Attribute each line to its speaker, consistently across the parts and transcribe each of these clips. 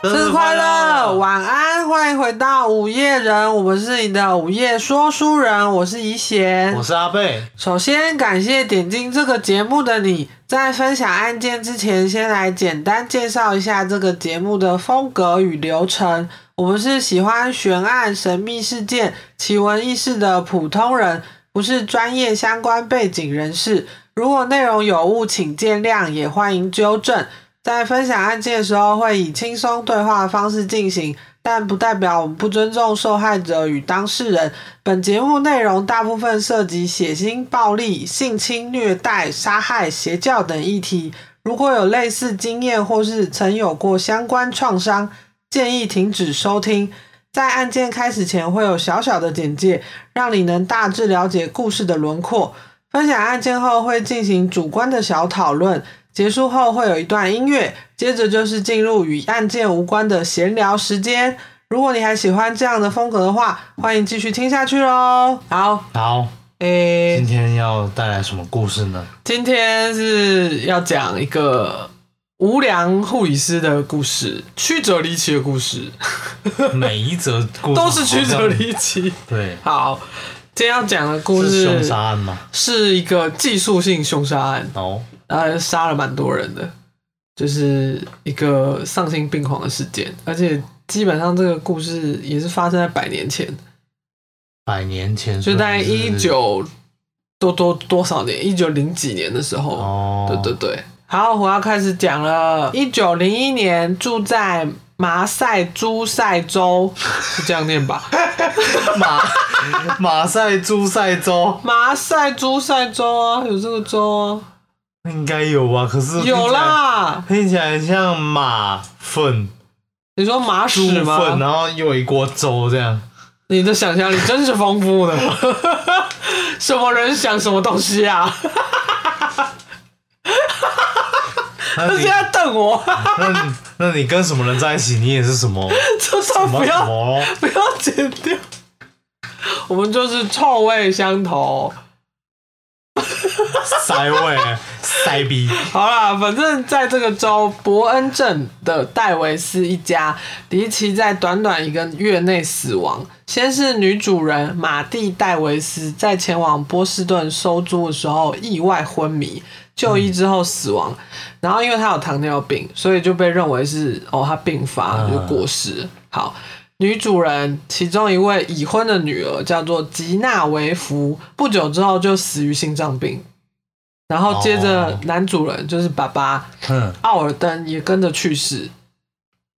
Speaker 1: 生日快乐，晚安，欢迎回到午夜人，我们是你的午夜说书人，我是怡贤，
Speaker 2: 我是阿贝。
Speaker 1: 首先感谢点进这个节目的你，在分享案件之前，先来简单介绍一下这个节目的风格与流程。我们是喜欢悬案、神秘事件、奇闻异事的普通人，不是专业相关背景人士。如果内容有误，请见谅，也欢迎纠正。在分享案件的时候，会以轻松对话的方式进行，但不代表我们不尊重受害者与当事人。本节目内容大部分涉及血腥、暴力、性侵、虐待、杀害、邪教等议题。如果有类似经验或是曾有过相关创伤，建议停止收听。在案件开始前，会有小小的简介，让你能大致了解故事的轮廓。分享案件后，会进行主观的小讨论。结束后会有一段音乐，接着就是进入与案件无关的闲聊时间。如果你还喜欢这样的风格的话，欢迎继续听下去喽。好，
Speaker 2: 好，
Speaker 1: 诶、
Speaker 2: 今天要带来什么故事呢？
Speaker 1: 今天是要讲一个无良护理师的故事，曲折离奇的故事，
Speaker 2: 每一则故事
Speaker 1: 都是曲折
Speaker 2: 好像，
Speaker 1: 离奇。
Speaker 2: 对，
Speaker 1: 好，今天要讲的故
Speaker 2: 是
Speaker 1: 事
Speaker 2: 凶杀案吗？
Speaker 1: 是一个技术性凶杀案，
Speaker 2: 哦，
Speaker 1: 呃，杀了蛮多人的，就是一个丧心病狂的事件，而且基本上这个故事也是发生在百年前，
Speaker 2: 百年前，
Speaker 1: 就在
Speaker 2: 所以
Speaker 1: 一
Speaker 2: 是
Speaker 1: 九多多多少年，一九零几年的时候，
Speaker 2: 哦，
Speaker 1: 对对对。好，我要开始讲了。一九零一年，住在麻塞诸塞州，是这样念吧？
Speaker 2: 马马赛诸塞州
Speaker 1: 麻塞诸塞州啊，有这个州啊，
Speaker 2: 应该有吧？可是
Speaker 1: 有啦。
Speaker 2: 听起来，听起来很像马粪、
Speaker 1: 你说麻
Speaker 2: 猪
Speaker 1: 屎吗？
Speaker 2: 粪，然后又有一锅粥这样。
Speaker 1: 你的想象力真是丰富的， 什么人想什么东西啊？
Speaker 2: 那
Speaker 1: 他
Speaker 2: 你
Speaker 1: 现在 瞪我，
Speaker 2: 那你那你跟什么人在一起，你也是什么
Speaker 1: 这段
Speaker 2: 什么
Speaker 1: 不
Speaker 2: 什
Speaker 1: 要
Speaker 2: 么？
Speaker 1: 不要剪掉，我们就是臭味相投。
Speaker 2: 塞位塞逼，
Speaker 1: 好啦，反正在这个州伯恩镇的戴维斯一家，离奇在短短一个月内死亡。先是女主人马蒂·戴维斯在前往波士顿收租的时候意外昏迷，就医之后死亡。然后因为她有糖尿病，所以就被认为是哦她病发
Speaker 2: 嗯
Speaker 1: 就过世了。好。女主人其中一位已婚的女儿叫做吉娜·维芙，不久之后就死于心脏病。然后接着
Speaker 2: 哦
Speaker 1: 男主人就是爸爸
Speaker 2: 嗯，
Speaker 1: 奥尔登也跟着去世，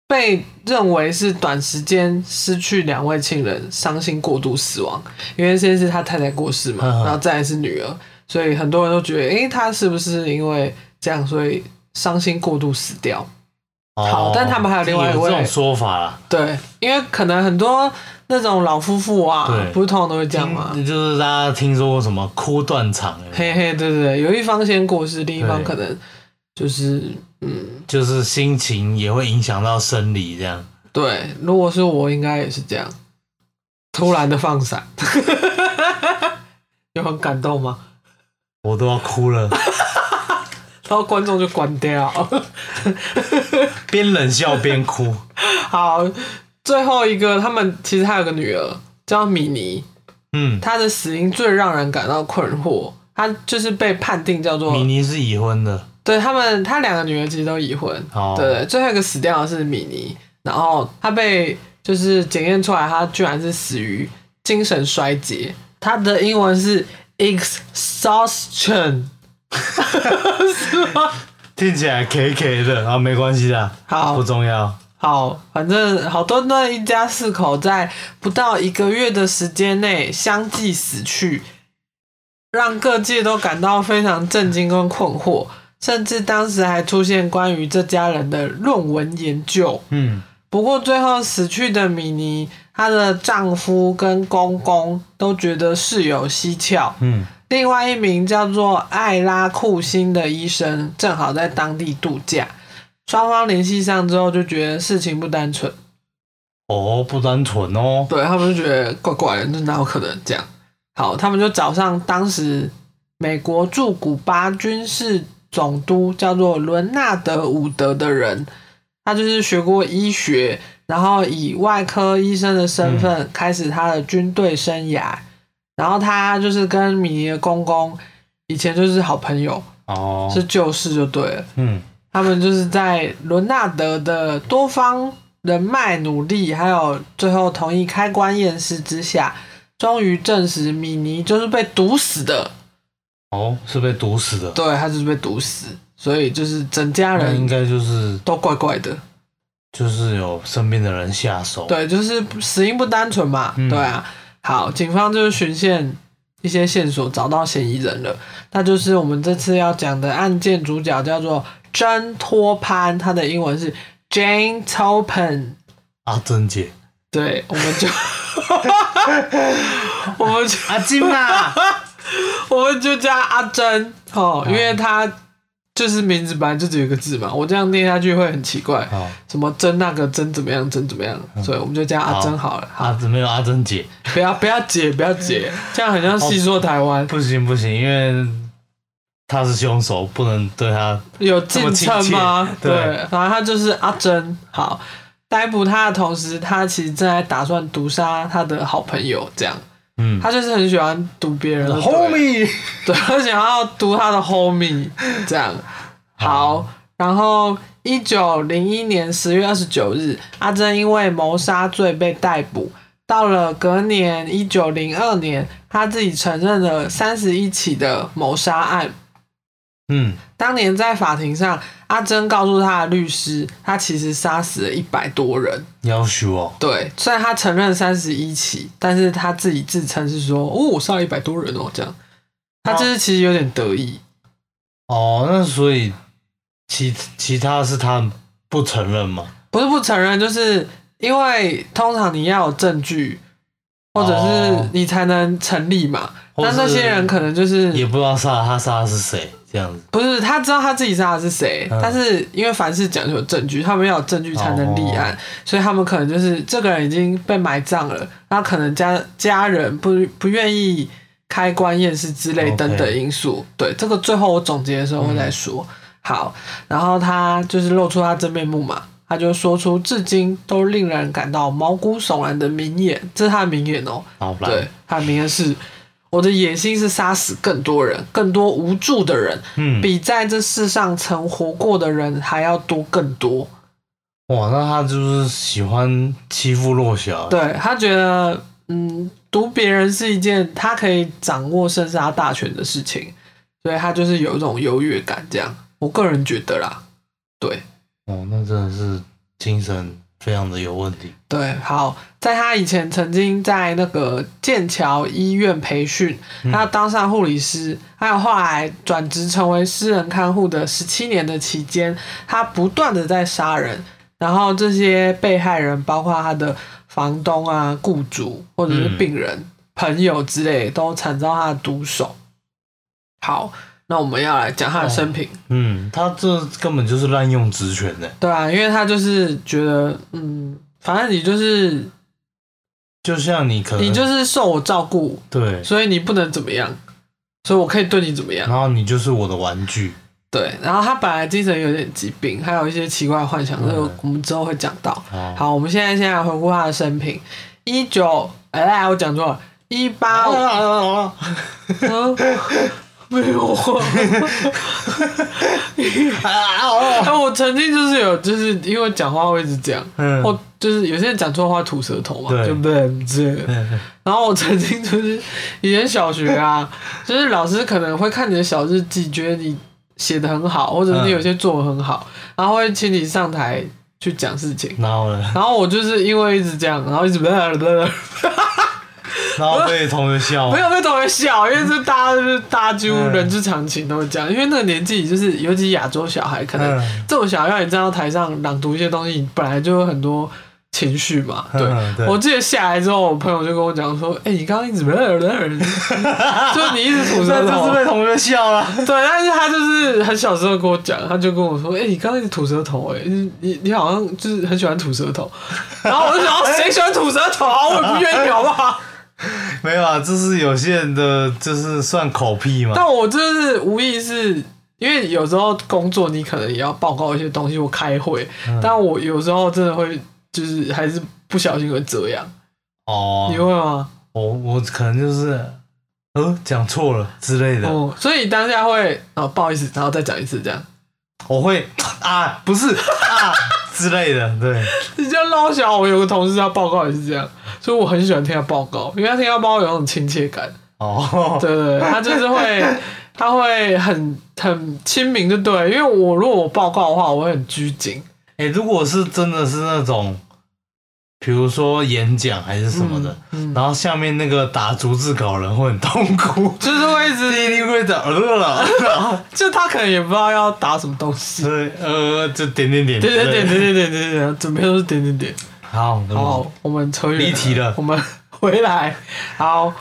Speaker 1: 被认为是短时间失去两位亲人，伤心过度死亡。因为先是他太太过世嘛，
Speaker 2: 嗯嗯
Speaker 1: 然后再来是女儿，所以很多人都觉得，诶，他是不是因为这样，所以伤心过度死掉？好
Speaker 2: 哦
Speaker 1: 但他们还有另外一
Speaker 2: 有
Speaker 1: 位
Speaker 2: 这种说法啦，
Speaker 1: 对，因为可能很多那种老夫妇啊
Speaker 2: 对，嗯
Speaker 1: 不是通常都会这样吗？
Speaker 2: 听就是大家听说过什么哭断肠，
Speaker 1: 嘿嘿，对对对，有一方先过世，另一方
Speaker 2: 对
Speaker 1: 可能就是嗯。
Speaker 2: 就是心情也会影响到生理这样。
Speaker 1: 对，如果是我，应该也是这样，突然的放闪， 有很感动吗？
Speaker 2: 我都要哭 了，
Speaker 1: 然后观众就关掉。
Speaker 2: 边冷笑边哭。
Speaker 1: 好，最后一个，他们其实还有个女儿叫米妮，
Speaker 2: 嗯，
Speaker 1: 她的死因最让人感到困惑。她就是被判定叫做
Speaker 2: 米妮是已婚的，
Speaker 1: 对他们，他两个女儿其实都已婚。
Speaker 2: 哦
Speaker 1: 对，最后一个死掉的是米妮，然后她被就是检验出来，她居然是死于精神衰竭。她的英文是 exhaustion，是吗？
Speaker 2: 听起来 K K 的啊，没关系啦，
Speaker 1: 好
Speaker 2: 不重要。
Speaker 1: 好，反正好多那一家四口在不到一个月的时间内相继死去，让各界都感到非常震惊跟困惑，甚至当时还出现关于这家人的论文研究。
Speaker 2: 嗯，
Speaker 1: 不过最后死去的米妮，她的丈夫跟公公都觉得事有蹊跷。
Speaker 2: 嗯，
Speaker 1: 另外一名叫做艾拉库辛的医生正好在当地度假，双方联系上之后就觉得事情不单纯，
Speaker 2: 哦，不单纯哦，
Speaker 1: 对他们就觉得怪怪的，这哪有可能这样？好，他们就找上当时美国驻古巴军事总督叫做伦纳德伍德的人，他就是学过医学，然后以外科医生的身份开始他的军队生涯。然后他就是跟米妮的公公以前就是好朋友，
Speaker 2: 哦，
Speaker 1: 是旧事就对了。
Speaker 2: 嗯，
Speaker 1: 他们就是在伦纳德的多方人脉努力，还有最后同意开棺验尸之下，终于证实米妮就是被毒死的。
Speaker 2: 哦，是被毒死的，
Speaker 1: 对，他就是被毒死，所以就是整家
Speaker 2: 那应
Speaker 1: 人
Speaker 2: 该就是
Speaker 1: 都怪怪的。
Speaker 2: 就是有身边的人下手，，
Speaker 1: 对，就是死因不单纯嘛。
Speaker 2: 嗯
Speaker 1: 对啊，好，警方就是循线一些线索找到嫌疑人了，那就是我们这次要讲的案件主角叫做珍托潘，他的英文是 Jane Topen。
Speaker 2: 阿珍姐，
Speaker 1: 对，我们就，我们就，
Speaker 2: 阿 金啊，
Speaker 1: 我们就叫阿珍哦，因为他就是名字本来就只有一个字嘛，我这样念下去会很奇怪。
Speaker 2: 好，
Speaker 1: 什么珍那个珍怎么样，珍怎么样，所以我们就叫阿珍好了。
Speaker 2: 阿啊珍没有阿珍姐，
Speaker 1: 不要不要解不要解，这样很像戏说台湾
Speaker 2: 不行不行，因为他是凶手，不能对他，
Speaker 1: 有进称吗？
Speaker 2: 这
Speaker 1: 对
Speaker 2: 么亲切对，
Speaker 1: 反正他就是阿珍。好，逮捕他的同时，他其实正在打算毒杀他的好朋友，这样
Speaker 2: 嗯
Speaker 1: 他就是很喜欢毒别人的对
Speaker 2: ，homie，
Speaker 1: 对，他想要读他的 homie 这样。好，然后一九零一年十月二十九日，阿珍因为谋杀罪被逮捕。到了隔年一九零二年，他自己承认了三十一起的谋杀案。
Speaker 2: 嗯，
Speaker 1: 当年在法庭上，阿珍告诉他的律师，他其实杀死了一百多人。
Speaker 2: 要求哦，
Speaker 1: 对，虽然他承认三十一起，但是他自己自称是说：“哦，我杀了一百多人哦。”这样，他就是其实有点得意。
Speaker 2: 哦，那所以其其他是他不承认嘛，
Speaker 1: 不是不承认，就是因为通常你要有证据，或者是
Speaker 2: 哦
Speaker 1: 你才能成立嘛。
Speaker 2: 或
Speaker 1: 但
Speaker 2: 是
Speaker 1: 那些人可能就
Speaker 2: 也
Speaker 1: 是
Speaker 2: 不知道杀他杀的是谁，这样子，
Speaker 1: 不是他知道他自己杀的是谁，
Speaker 2: 嗯
Speaker 1: 但是因为凡事讲究证据，他们要有证据才能立案，
Speaker 2: 哦
Speaker 1: 所以他们可能就是这个人已经被埋葬了，那可能家家人不不愿意开棺验尸之类
Speaker 2: OK 嗯
Speaker 1: 等等因素。对，这个最后我总结的时候会再说。好，然后他就是露出他真面目嘛，他就说出至今都令人感到毛骨悚然的名言，这是他的名言哦、
Speaker 2: 好不
Speaker 1: 对
Speaker 2: 然，，
Speaker 1: 他的名言是：“我的野心是杀死更多人，更多无助的人，
Speaker 2: 嗯，
Speaker 1: 比在这世上曾活过的人还要多更多。
Speaker 2: 哇，那他就是喜欢欺负弱小，
Speaker 1: 对他觉得，嗯，读别人是一件他可以掌握生杀大权的事情，所以他就是有一种优越感。这样，我个人觉得啦，对。
Speaker 2: 哦，那真的是精神非常的有问题。
Speaker 1: 对，好，在他以前曾经在那个剑桥医院培训，他当上护理师，还有后来转职成为私人看护的十七年的期间，他不断的在杀人，然后这些被害人包括他的房东啊、雇主或者是病人、朋友之类，都惨遭他的毒手。好，那我们要来讲他的生平。
Speaker 2: 嗯，他这根本就是滥用职权的，
Speaker 1: 对啊，因为他就是觉得，嗯，反正你就是
Speaker 2: 就像你可能
Speaker 1: 你就是受我照顾，
Speaker 2: 对，
Speaker 1: 所以你不能怎么样，所以我可以对你怎么样
Speaker 2: 然。后你就是我的玩具。
Speaker 1: 对，然后他本来精神有点疾病，还有一些奇怪的幻想，这个
Speaker 2: 嗯
Speaker 1: 我们之后会讲到。
Speaker 2: 哦，
Speaker 1: 好，我们现在先来回顾他的生平。一九，哎，我讲错了，一八五，嗯啊没有啊。
Speaker 2: 啊哦
Speaker 1: 哎，我曾经就是有，就是因为讲话会一直讲，
Speaker 2: 嗯
Speaker 1: 或就是有些人讲错话吐舌头嘛，
Speaker 2: 对
Speaker 1: 就不这。然后我曾经就是 以前小学啊，就是老师可能会看你的小日记，觉得你写的很好，或者是你有些作文很好，然后会请你上台去讲事情。
Speaker 2: 然后 呢？
Speaker 1: 然后我就是因为一直这样，然后一直
Speaker 2: 然后被同学笑
Speaker 1: 没。有被同学笑，因为这大家就是大家几
Speaker 2: 嗯
Speaker 1: 乎人之常情都会这样，因为那个年纪就是尤其亚洲小孩，可能
Speaker 2: 嗯
Speaker 1: 这种小孩让你站到台上朗读一些东西，你本来就有很多情绪嘛。对，
Speaker 2: 嗯对
Speaker 1: 我记得下来之后，我朋友就跟我讲说：“哎、你刚刚一直 就你一直吐舌
Speaker 2: 那这
Speaker 1: 头
Speaker 2: 是。被同学笑了。
Speaker 1: 对，但是他就是很小时候跟我讲，他就跟我说：“哎、你刚刚一直吐舌头、哎，你你你好像就是很喜欢吐舌头。”然后我就想，哦谁喜欢吐舌头啊？我也不愿意，好不好？
Speaker 2: 没有啊，这是有些人的，就是算口癖嘛。
Speaker 1: 但我就是无意识因为有时候工作你可能也要报告一些东西或开会，但我有时候真的会就是还是不小心会这样，
Speaker 2: 哦
Speaker 1: 你，会吗？
Speaker 2: 我我可能就是，呃，讲错了之类的，
Speaker 1: 哦，所以你当下会哦不好意思，然后再讲一次这样，
Speaker 2: 我会啊，不是啊 之类的，对，
Speaker 1: 你就捞小。我有个同事他报告也是这样，所以我很喜欢听他报告，因为他听他报告有种亲切感。
Speaker 2: 哦，
Speaker 1: 对对，对他就是会，他会很很亲民，就对。因为我如果我报告的话，我会很拘谨。
Speaker 2: 哎、如果是真的是那种，比如说演讲还是什么的，
Speaker 1: 嗯，，
Speaker 2: 然后下面那个打逐字稿的人会很痛苦
Speaker 1: 就是会一直，
Speaker 2: 一定会打呃了，然后
Speaker 1: 就他可能也不知道要打什么东西。
Speaker 2: 所以呃，就点点点，
Speaker 1: 点点点
Speaker 2: 对
Speaker 1: 点点点点点，怎么样都是点点点。
Speaker 2: 好，哦好，
Speaker 1: 好，我们扯远
Speaker 2: 离题了
Speaker 1: 我们回来。好，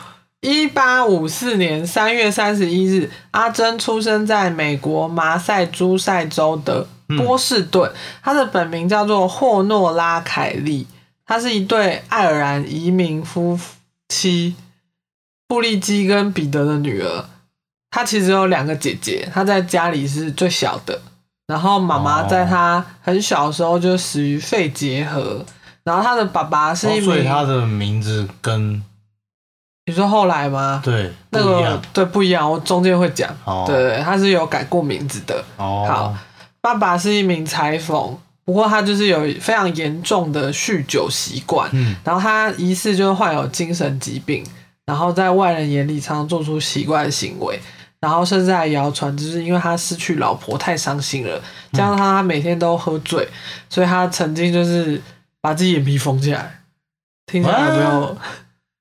Speaker 1: 一八五四年三月三十一日，阿珍出生在美国麻塞诸塞州的波士顿，
Speaker 2: 嗯
Speaker 1: 她的本名叫做霍诺拉·凯利，她是一对爱尔兰移民夫妻，布利基跟彼得的女儿。她其实有两个姐姐，她在家里是最小的。然后妈妈在
Speaker 2: 哦
Speaker 1: 她很小的时候就死于肺结核，然后她的爸爸是一
Speaker 2: 哦所以
Speaker 1: 名，
Speaker 2: 他的名字跟
Speaker 1: 你说后来吗？
Speaker 2: 对不
Speaker 1: 那
Speaker 2: 一
Speaker 1: 个
Speaker 2: 样，
Speaker 1: 对不一样，我中间会讲。
Speaker 2: 哦
Speaker 1: 对对，他是有改过名字的。好
Speaker 2: 哦，
Speaker 1: 爸爸是一名裁缝，不过他就是有非常严重的酗酒习惯，
Speaker 2: 嗯，
Speaker 1: 然后他疑似就是患有精神疾病，然后在外人眼里常常做出奇怪的行为，然后甚至还谣传，就是因为他失去老婆太伤心了，加上他每天都喝醉，所以他曾经就是把自己眼皮缝起来，听起来有没有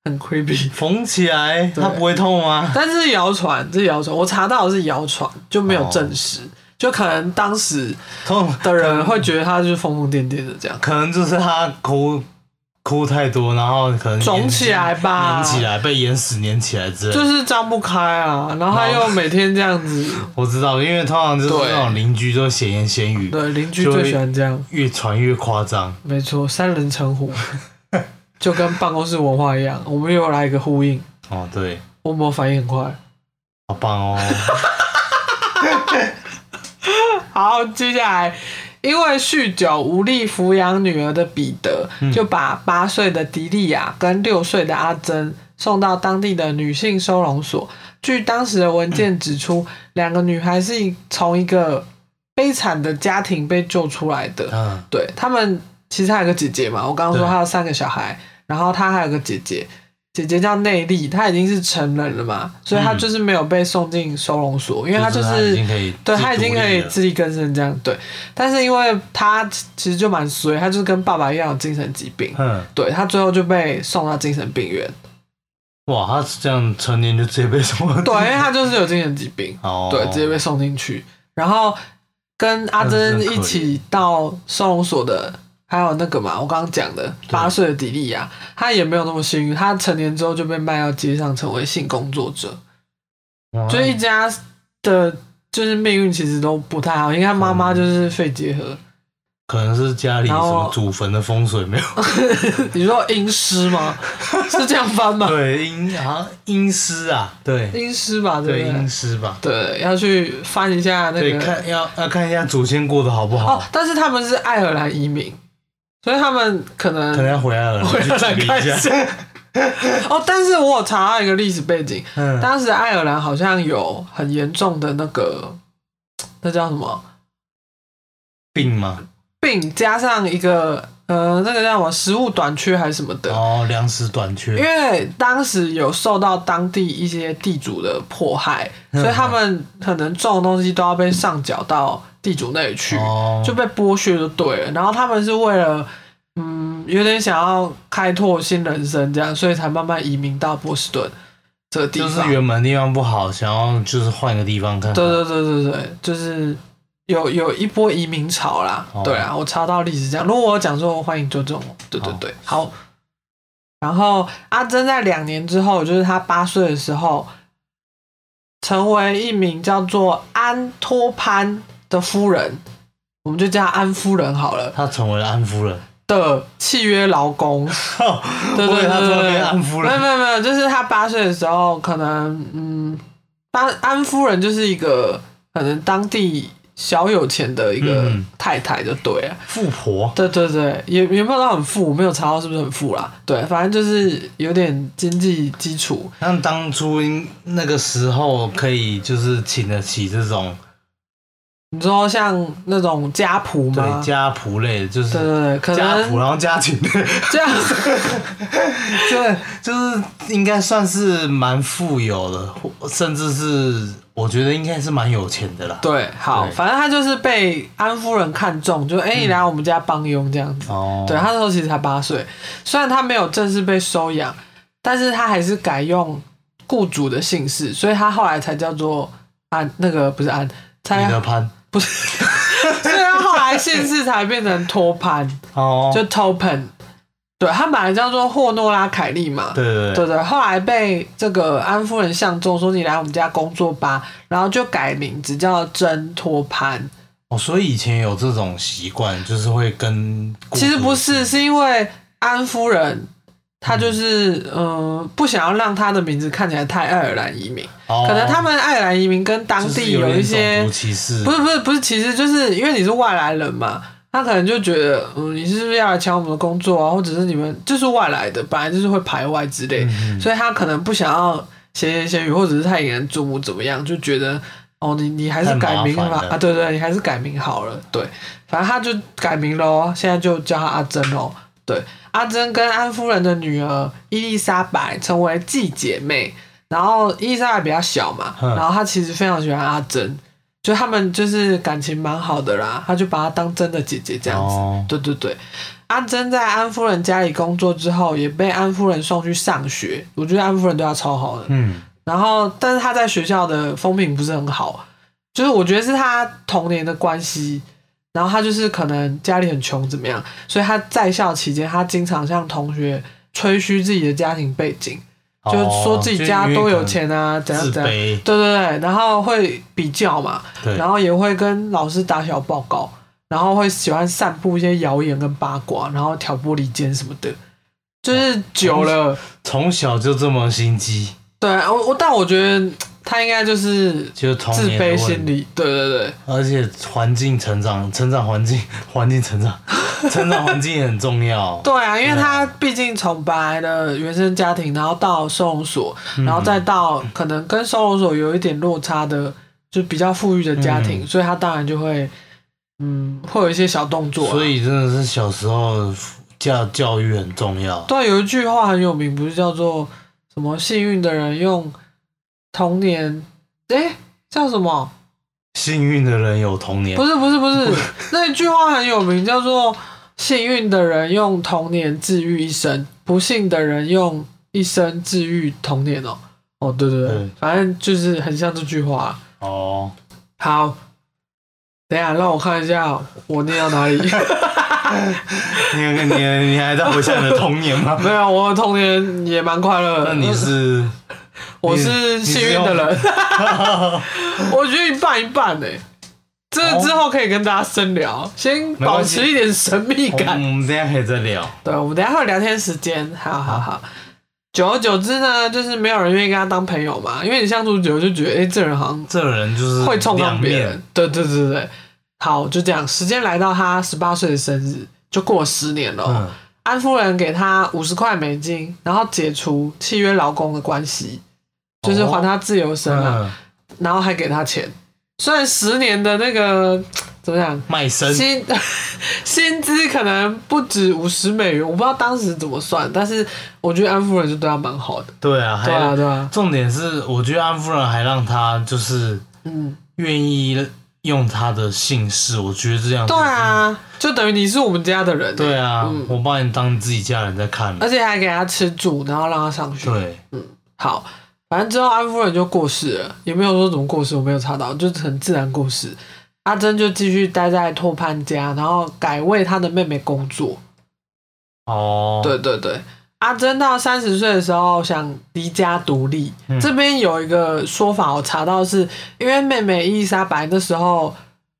Speaker 1: 很 creepy？
Speaker 2: 缝起来，
Speaker 1: 对
Speaker 2: 他不会痛吗？
Speaker 1: 但是谣传，这是谣传，我查到的是谣传，就没有证实，就可能当时
Speaker 2: 痛
Speaker 1: 的人会觉得他就是疯疯癫癫的这样，
Speaker 2: 可能就是他哭哭太多，然后可能
Speaker 1: 肿
Speaker 2: 眼
Speaker 1: 起来吧
Speaker 2: 粘，起来，被眼屎粘起来之类的。
Speaker 1: 就是张不开啊，然后他又每天这样子，
Speaker 2: 我知道，因为通常就是
Speaker 1: 对
Speaker 2: 那种邻居都闲言闲语，
Speaker 1: 对，邻居
Speaker 2: 就会
Speaker 1: 最喜欢这样，
Speaker 2: 越传越夸张。
Speaker 1: 没错，三人成虎，就跟办公室文化一样，我们又来一个呼应，
Speaker 2: 哦，对，
Speaker 1: 我们反应很快。
Speaker 2: 好棒 哦。
Speaker 1: 好，接下来，因为酗酒无力抚养女儿的彼得，就把八岁的迪利亚跟六岁的阿珍送到当地的女性收容所。据当时的文件指出，两个女孩是从一个悲惨的家庭被救出来的。
Speaker 2: 嗯，
Speaker 1: 对他们其实还有个姐姐嘛，我刚刚说
Speaker 2: 对
Speaker 1: 她有三个小孩，然后她还有个姐姐，姐姐叫内力，她已经是成人了嘛，所以她
Speaker 2: 嗯
Speaker 1: 就是没有被送进收容所，因为她就
Speaker 2: 他已
Speaker 1: 是
Speaker 2: 经可以，
Speaker 1: 对他已经可以自力更生这样对，但是因为他其实就蛮衰，他就是跟爸爸一样有精神疾病，
Speaker 2: 嗯，
Speaker 1: 对他最后就被送到精神病院，
Speaker 2: 哇，他这样成年就直接被什么？
Speaker 1: 对，因为他就是有精神疾病，
Speaker 2: 哦，
Speaker 1: 对，直接被送进去，然后跟阿珍一起到收容所的，还有那个嘛，我刚刚讲的八岁的迪利亚，她也没有那么幸运，她成年之后就被卖到街上成为性工作者，
Speaker 2: 哇
Speaker 1: 所以一家的就是命运其实都不太好，因为她妈妈就是肺结核。
Speaker 2: 可能是家里什
Speaker 1: 然后
Speaker 2: 么祖坟的风水 没有，
Speaker 1: 你说阴 湿吗？是这样翻吗？
Speaker 2: 对阴好像阴湿啊，对
Speaker 1: 阴湿吧，
Speaker 2: 对
Speaker 1: 对不
Speaker 2: 阴
Speaker 1: 对？
Speaker 2: 湿吧，
Speaker 1: 对，要去翻一下那
Speaker 2: 对
Speaker 1: 个
Speaker 2: 看要要看一下祖先过得好不
Speaker 1: 哦
Speaker 2: 好，，
Speaker 1: 但是他们是爱尔兰移民，所以他们可能
Speaker 2: 可能要回来了，
Speaker 1: 回来
Speaker 2: 去
Speaker 1: 看
Speaker 2: 处理一下，
Speaker 1: 下。 哦，但是我有查到一个历史背景，
Speaker 2: 嗯，
Speaker 1: 当时爱尔兰好像有很严重的那个，那叫什么
Speaker 2: 病嘛，
Speaker 1: 病，加上一个呃，那个叫什么食物短缺还是什么的，
Speaker 2: 哦，粮食短
Speaker 1: 因
Speaker 2: 缺，
Speaker 1: 为当时有受到当地一些地主的迫害，所以
Speaker 2: 嗯
Speaker 1: 他们可能种的东西都要被上缴到地主那里去，
Speaker 2: 哦，
Speaker 1: 就被剥削就对了。然后他们是为了，嗯，有点想要开拓新人生这样，所以才慢慢移民到波士顿这个地
Speaker 2: 就是
Speaker 1: 方。
Speaker 2: 原本地方不好，想要就是换个地方看看。
Speaker 1: 对对对对对，就是有有一波移民潮啦。
Speaker 2: 哦
Speaker 1: 对啊，我查到历史这样。如果我有讲错，欢迎纠正我。对对
Speaker 2: 好
Speaker 1: 对，好。然后阿珍在两年之后，就是她八岁的时候，成为一名叫做安托潘的夫人，我们就叫她安夫人好了
Speaker 2: 他成为了安夫人。
Speaker 1: 的契约劳工。对
Speaker 2: 我以为
Speaker 1: 对对
Speaker 2: 他
Speaker 1: 对
Speaker 2: 突然
Speaker 1: 对，
Speaker 2: 变安夫
Speaker 1: 没有
Speaker 2: 人。
Speaker 1: 没有没有，就是他八岁的时候，可能嗯，安安夫人就是一个可能当地小有钱的一个
Speaker 2: 嗯
Speaker 1: 太太就对了。
Speaker 2: 富婆，
Speaker 1: 对对对，也也没有到很富，没有查到是不是很富啦。对，反正就是有点经济基础。
Speaker 2: 像当初应那个时候可以就是请得起这种
Speaker 1: 你说像那种家仆吗
Speaker 2: 对？家仆类的，就是
Speaker 1: 对对对，可
Speaker 2: 家啊仆，
Speaker 1: 能
Speaker 2: 然后家庭 类，
Speaker 1: 这样。
Speaker 2: 对，就是应该算是蛮富有的，或甚至是我觉得应该是蛮有钱的啦。
Speaker 1: 对，好，
Speaker 2: 对嗯
Speaker 1: 反正他就是被安夫人看中，就哎、你来我们家帮佣这样子。
Speaker 2: 哦，
Speaker 1: 对他那时候其实才八岁，虽然他没有正式被收养，但是他还是改用雇主的姓氏，所以他后来才叫做安，那个不是安，才
Speaker 2: 彼得潘
Speaker 1: 不是， 所以他后来姓氏才变成托潘，
Speaker 2: 哦，
Speaker 1: 就 Topen。对他本来叫做霍诺拉凯利嘛，
Speaker 2: 对对
Speaker 1: 对对，后来被这个安夫人相中，说你来我们家工作吧，然后就改名字叫真托潘。
Speaker 2: 哦，所以以前有这种习惯，就是会跟雇主
Speaker 1: 其实不是，是因为安夫人她就是嗯、呃不想要让她的名字看起来太爱尔兰移民，
Speaker 2: 哦，
Speaker 1: 可能他们爱尔兰移民跟当
Speaker 2: 就是
Speaker 1: 地
Speaker 2: 有
Speaker 1: 一
Speaker 2: 点
Speaker 1: 些
Speaker 2: 种族歧视，
Speaker 1: 不是不是不是，其实就是因为你是外来人嘛，他可能就觉得，嗯，你是不是要来抢我们的工作啊，或者是你们就是外来的，本来就是会排外之类，
Speaker 2: 嗯嗯
Speaker 1: 所以他可能不想要闲言闲语，或者是太引人注目怎么样，就觉得，哦，你你还是
Speaker 2: 太麻
Speaker 1: 改名
Speaker 2: 烦
Speaker 1: 吧
Speaker 2: 了，
Speaker 1: 啊，对对，你还是改名好了，对，反正他就改名喽，现在就叫他阿珍喽，对，阿珍跟安夫人的女儿伊丽莎白成为继姐妹。然后伊丽莎白比较小嘛，
Speaker 2: 嗯
Speaker 1: 然后她其实非常喜欢阿珍，就他们就是感情蛮好的啦，他就把她当真的姐姐这样子。
Speaker 2: 哦
Speaker 1: 对对对，阿珍在安夫人家里工作之后，也被安夫人送去上学。我觉得安夫人对她超好的。
Speaker 2: 嗯，
Speaker 1: 然后，但是她在学校的风评不是很好，就是我觉得是她童年的关系。然后她就是可能家里很穷怎么样，所以她在校期间，她经常向同学吹嘘自己的家庭背景，就是说自己家多有钱啊，怎
Speaker 2: 哦，
Speaker 1: 样
Speaker 2: 自
Speaker 1: 怎样。
Speaker 2: 卑，
Speaker 1: 对对对，然后会比较嘛，
Speaker 2: 对，
Speaker 1: 然后也会跟老师打小报告，然后会喜欢散布一些谣言跟八卦，然后挑拨离间什么的，就是久
Speaker 2: 哦
Speaker 1: 了，
Speaker 2: 从小就这么心机，
Speaker 1: 对我我，但我觉得他应该就是
Speaker 2: 就是童
Speaker 1: 自
Speaker 2: 年的
Speaker 1: 卑
Speaker 2: 问
Speaker 1: 心
Speaker 2: 题，
Speaker 1: 理，对对对，
Speaker 2: 而且环境成长，成长环境，环境成 长，成长环境也很重要。
Speaker 1: 对啊，因为他毕竟从本来的原生家庭，然后到收容所，
Speaker 2: 嗯
Speaker 1: 然后再到可能跟收容所有一点落差的，就比较富裕的家庭，
Speaker 2: 嗯
Speaker 1: 所以他当然就会，嗯，会有一些小动作啊、
Speaker 2: 所以真的是小时候教教育很重要。
Speaker 1: 对，有一句话很有名，不是叫做什么“幸运的人用童年”诶，叫什么？
Speaker 2: 幸运的人有童年
Speaker 1: 不，是不是不 是，那句话很有名，叫做“幸运的人用童年治愈一生，不幸的人用一生治愈童年”哦。哦，对对对，
Speaker 2: 对
Speaker 1: 反正就是很像这句话。
Speaker 2: 哦，
Speaker 1: 好，等一下让我看一下我念到哪里。
Speaker 2: 你你你还在回想你的童年吗？
Speaker 1: 没有，我的童年也蛮快乐
Speaker 2: 那
Speaker 1: 的。
Speaker 2: 你是
Speaker 1: 我
Speaker 2: 你
Speaker 1: 是
Speaker 2: 你
Speaker 1: 幸
Speaker 2: 是
Speaker 1: 运的
Speaker 2: 用
Speaker 1: 人。 我觉得一半一半呢、这
Speaker 2: 哦
Speaker 1: 之后可以跟大家深聊，先
Speaker 2: 没
Speaker 1: 保
Speaker 2: 关系
Speaker 1: 持一点神秘
Speaker 2: 我
Speaker 1: 感。
Speaker 2: 们等一下可以再聊。
Speaker 1: 对，我们等一下会有聊天时间，好好好。久而久之呢，就是没有人愿意跟他当朋友嘛，因为你相处久了就觉得，哎、这人好像
Speaker 2: 这人就是
Speaker 1: 会冲
Speaker 2: 两
Speaker 1: 撞别
Speaker 2: 面
Speaker 1: 人，。对对对对，好，就这样。时间来到他十八岁的生日，就过了十年了哦、
Speaker 2: 嗯，
Speaker 1: 安夫人给他五十块美金，然后解除契约劳工的关系，就是
Speaker 2: 哦
Speaker 1: 还他自由身啊。
Speaker 2: 嗯，
Speaker 1: 然后还给他钱。虽然十年的那个怎么讲，
Speaker 2: 卖身
Speaker 1: 薪 薪资可能不止五十美元，我不知道当时怎么算，但是我觉得安夫人就对他蛮好的。
Speaker 2: 对啊，还
Speaker 1: 对啊，
Speaker 2: 有
Speaker 1: 对啊，
Speaker 2: 重点是，我觉得安夫人还让他就是
Speaker 1: 嗯，
Speaker 2: 愿意用他的姓氏，我觉得这样
Speaker 1: 对啊，就等于你是我们家的人，
Speaker 2: 就是，对，啊，
Speaker 1: 嗯呃
Speaker 2: 我把你当自己家人在看，
Speaker 1: 而且还给他吃住，然后让他上学。
Speaker 2: 对，
Speaker 1: 好，反正之后安夫人就过世了，也没有说怎么过世，我没有查到，就是很自然过世。阿珍就继续待在拓潘家，然后改为她的妹妹工作。
Speaker 2: 哦，
Speaker 1: 对对对，阿珍啊到三十岁的时候想离家独立。
Speaker 2: 嗯
Speaker 1: 这边有一个说法，我查到是因为妹妹伊丽莎白那时候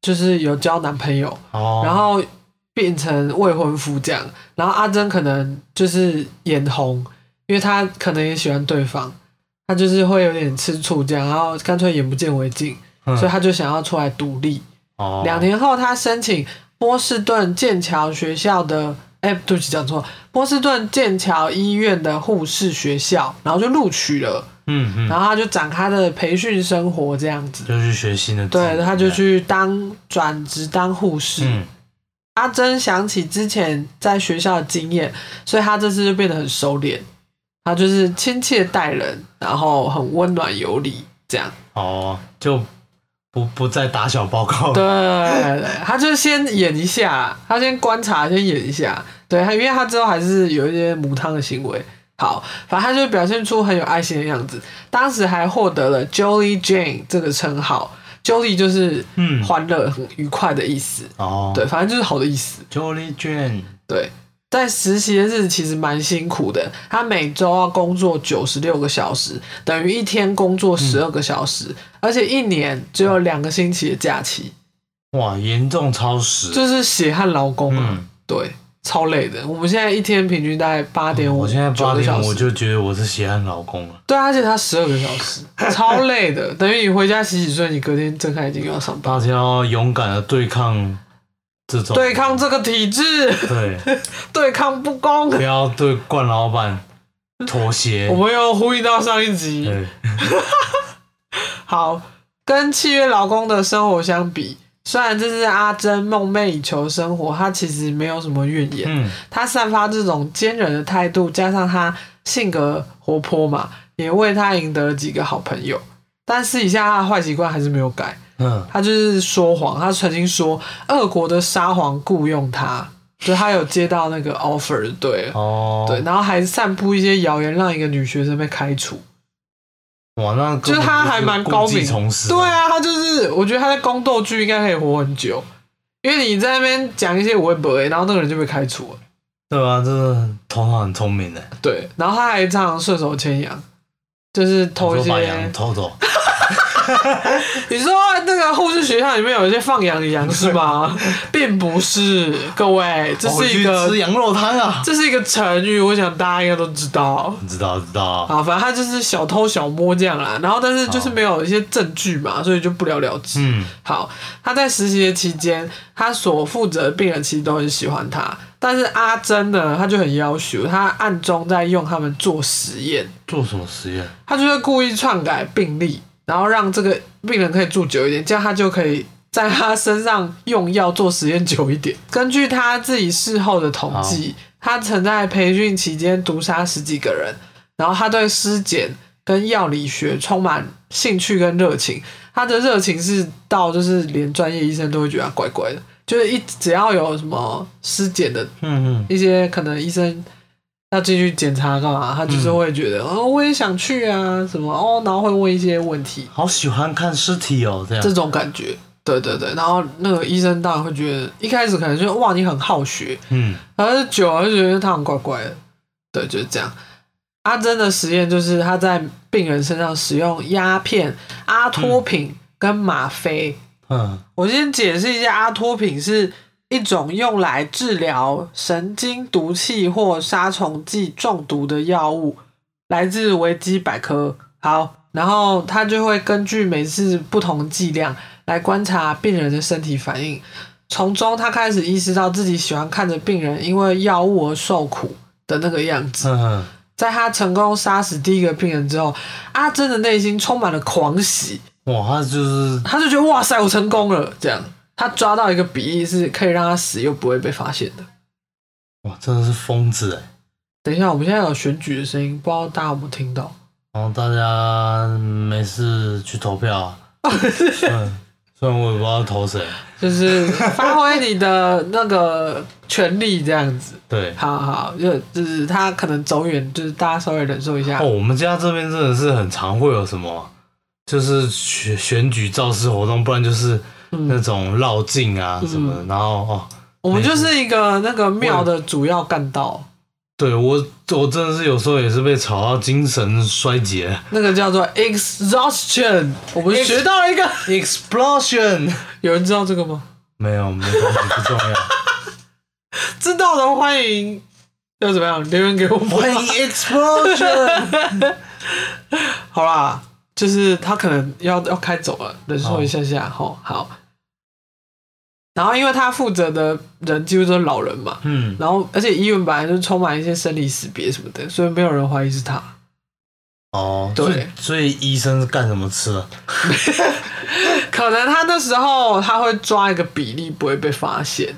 Speaker 1: 就是有交男朋友，
Speaker 2: 哦，
Speaker 1: 然后变成未婚夫这样。然后阿珍可能就是眼红，因为她可能也喜欢对方，她就是会有点吃醋这样，然后干脆眼不见为净。
Speaker 2: 嗯
Speaker 1: 所以他就想要出来独立。
Speaker 2: 哦，
Speaker 1: 两年后，他申请波士顿剑桥学校的，哎、对不起，讲错，波士顿剑桥医院的护士学校，然后就录取了，
Speaker 2: 嗯嗯，
Speaker 1: 然后他就展开他的培训生活这样子。
Speaker 2: 就去学新的，
Speaker 1: 对，他就，去当转职当护士。
Speaker 2: 嗯，
Speaker 1: 阿珍想起之前在学校的经验，所以她这次就变得很收敛，她就是亲切待人，然后很温暖有礼，这样。
Speaker 2: 哦，就不不再打小报告，
Speaker 1: 对，她就先演一下，她先观察，先演一下。对，她因为她之后还是有一些母汤的行为。好，反正她就表现出很有爱心的样子。当时还获得了 Jolly Jane 这个称号，Jolly 就是
Speaker 2: 嗯
Speaker 1: 欢乐、很愉快的意思。
Speaker 2: 哦，
Speaker 1: 对，反正就是好的意思。
Speaker 2: ，Jolly Jane，
Speaker 1: 对，在实习的日子其实蛮辛苦的，他每周要工作九十六个小时，等于一天工作十二个小时，而且一年只有两个星期的假期，
Speaker 2: 哇，严重超时，
Speaker 1: 就是血汗劳工啊，
Speaker 2: 嗯，
Speaker 1: 对，超累的。我们现在一天平均大概八点五，
Speaker 2: 嗯我现在八
Speaker 1: 9个
Speaker 2: 点
Speaker 1: 小
Speaker 2: 我
Speaker 1: 时，
Speaker 2: 就觉得我是血汗老公了，
Speaker 1: 对啊，而且他十二个小 时，超累的，等于你回家洗洗睡，你隔天睁开眼睛又要上班，
Speaker 2: 大家要勇敢的对抗这种，
Speaker 1: 对抗这个体制，
Speaker 2: 对，
Speaker 1: 对抗不公。
Speaker 2: 不要对冠老板妥协
Speaker 1: 我，们又呼应到上一集，
Speaker 2: 对，
Speaker 1: 好，跟契约劳工的生活相比，虽然这是阿珍梦寐以求的生活，她其实没有什么怨言。
Speaker 2: 嗯，
Speaker 1: 她散发这种坚韧的态度，加上她性格活泼嘛，也为她赢得了几个好朋友。但私底下她的坏习惯还是没有改，
Speaker 2: 嗯，
Speaker 1: 她就是说谎。她曾经说，俄国的沙皇雇佣她，就她有接到那个 offer，就对了。
Speaker 2: 哦，
Speaker 1: 对，，然后还散布一些谣言，让一个女学生被开除。
Speaker 2: 哇，那根本
Speaker 1: 就是他还蛮高
Speaker 2: 故
Speaker 1: 明
Speaker 2: 技重施，
Speaker 1: 对，啊，他就是，我觉得他在宫斗剧应该可以活很久，因为你在那边讲一些微博，然后那个人就被开除了。
Speaker 2: 对啊，真的头脑很聪明的，
Speaker 1: 对，然后他还常常顺手牵羊，就是偷
Speaker 2: 说
Speaker 1: 一些
Speaker 2: 把。羊偷走，
Speaker 1: 你说那个护士学校里面有一些放羊的羊是 吗？并不是，各位，这
Speaker 2: 哦我
Speaker 1: 是
Speaker 2: 去
Speaker 1: 一个
Speaker 2: 吃羊肉汤啊，
Speaker 1: 这是一个成语，我想大家应该都知道。
Speaker 2: 知道知道，
Speaker 1: 啊，反正他就是小偷小摸这样啦，然后但是就是没有一些证据嘛，所以就不了了之。
Speaker 2: 嗯，
Speaker 1: 好，他在实习的期间，他所负责的病人其实都很喜欢他，但是阿珍呢，他就很要求，他暗中在用他们做实验，
Speaker 2: 做什么实验？
Speaker 1: 他就会故意篡改病历，然后让这个病人可以住久一点，这样他就可以。在他身上用药做实验久一点。根据他自己事后的统计，他曾在培训期间毒杀十几个人，然后他对尸检跟药理学充满兴趣跟热情，他的热情是到就是连专业医生都会觉得他怪怪的，就是一只要有什么尸检的
Speaker 2: 嗯嗯，
Speaker 1: 一些可能医生要进去检查干嘛，他就是会觉得、哦我也想去啊什么哦，然后会问一些问题
Speaker 2: 好喜欢看尸体哦，这样
Speaker 1: 这，种感觉。对对对，然后那个医生当然会觉得，一开始可能就哇你很好学，
Speaker 2: 嗯，
Speaker 1: 然后久了就觉得他很怪怪的，对，就是这样。阿珍的实验就是他在病人身上使用鸦片、阿托品跟吗啡。
Speaker 2: 嗯，
Speaker 1: 我先解释一下，阿托品是一种用来治疗神经毒气或杀虫剂中毒的药物，来自维基百科。好，然后它就会根据每次不同剂量来观察病人的身体反应，从中他开始意识到自己喜欢看着病人因为药物而受苦的那个样子。
Speaker 2: 嗯，
Speaker 1: 在他成功杀死第一个病人之后，阿珍的内心充满了狂喜。
Speaker 2: 哇，他就是
Speaker 1: 他就觉得哇塞，我成功了！这样，他抓到一个比例是可以让他死又不会被发现的。
Speaker 2: 哇，真的是疯子哎。
Speaker 1: 等一下，我们现在有选举的声音，不知道大家有没有听到？
Speaker 2: 然后大家没事去投票 啊。嗯，虽然我也不知道投谁。
Speaker 1: 就是发挥你的那个权利，这样子。
Speaker 2: 对，
Speaker 1: 好好，就就是他可能走远，就是大家稍微忍受一下
Speaker 2: 哦，。我们家这边真的是很常会有什么，就是选选举造势活动，不然就是
Speaker 1: 嗯
Speaker 2: 那种绕境啊什么的。然后哦，
Speaker 1: 我们就是一个那个庙的主要干道，
Speaker 2: 对我我真的是有时候也是被吵到精神衰竭
Speaker 1: 那个叫做 exhaustion。我们学到了一个，
Speaker 2: ，explosion。
Speaker 1: 有人知道这个吗？
Speaker 2: 没有，没关系，不重 要。
Speaker 1: 知道的欢迎，要怎么样留言给我们？
Speaker 2: 欢迎 explosion。
Speaker 1: 好啦，就是他可能要要开走了，忍受一下下吼、
Speaker 2: 哦
Speaker 1: 好。然后因为他负责的人几乎都是老人嘛，
Speaker 2: 嗯，
Speaker 1: 然后而且医院本来就充满一些生离死别什么的，所以没有人怀疑是他。
Speaker 2: 哦，
Speaker 1: 对
Speaker 2: 所以所以医生是干什么吃的？
Speaker 1: 可能他那时候他会抓一个比例不会被发现，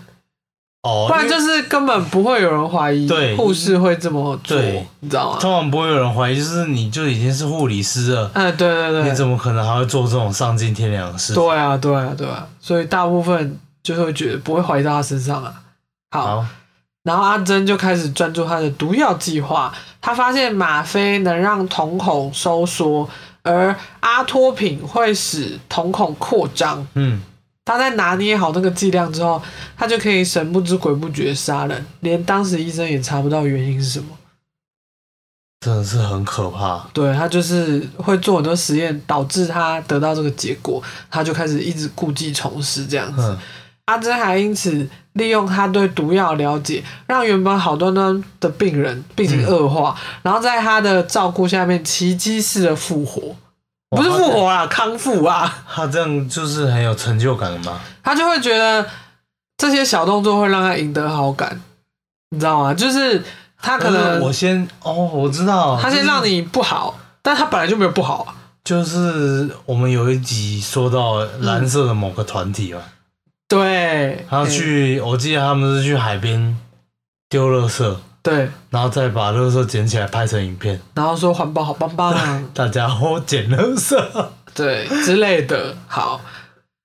Speaker 2: 哦，
Speaker 1: 不然
Speaker 2: 因为
Speaker 1: 就是根本不会有人怀疑
Speaker 2: 对
Speaker 1: 护士会这么做
Speaker 2: 对，
Speaker 1: 你知道吗？
Speaker 2: 通常不会有人怀疑，就是你就已经是护理师了，
Speaker 1: 哎，对对
Speaker 2: 你
Speaker 1: 对，
Speaker 2: 怎么可能还会做这种丧尽天良的事？
Speaker 1: 对啊对啊对啊，所以大部分就会觉得不会怀疑到他身上啊。好，
Speaker 2: 好，
Speaker 1: 然后阿珍就开始专注她的毒药计划。她发现吗啡能让瞳孔收缩，而阿托品会使瞳孔扩张。
Speaker 2: 嗯，
Speaker 1: 她在拿捏好那个剂量之后，她就可以神不知鬼不觉杀人，连当时医生也查不到原因是什么。
Speaker 2: 真的是很可怕。
Speaker 1: 对她就是会做很多实验，导致她得到这个结果，她就开始一直故技重施这样子。
Speaker 2: 嗯，
Speaker 1: 阿珍还因此利用他对毒药的了解，让原本好端端的病人病情恶化，
Speaker 2: 嗯
Speaker 1: 然后在他的照顾下面奇迹式的复活，
Speaker 2: 哇
Speaker 1: 不是复活啊，康复啊，
Speaker 2: 他这样就是很有成就感嘛。
Speaker 1: 他就会觉得这些小动作会让他赢得好感，你知道吗？就是他可
Speaker 2: 就是我
Speaker 1: 能
Speaker 2: 先哦，我知道，
Speaker 1: 他先让
Speaker 2: 就是
Speaker 1: 你不好，但他本来就没有不好啊，
Speaker 2: 就是我们有一集说到蓝色的某个团体嘛，
Speaker 1: 嗯对，
Speaker 2: 他去，我记得他们是去海边丢垃圾，
Speaker 1: 哎对，
Speaker 2: 然后再把垃圾捡起来拍成影片，
Speaker 1: 然后说环保好棒棒、啊。
Speaker 2: 大家伙捡垃圾。
Speaker 1: 对之类的。好，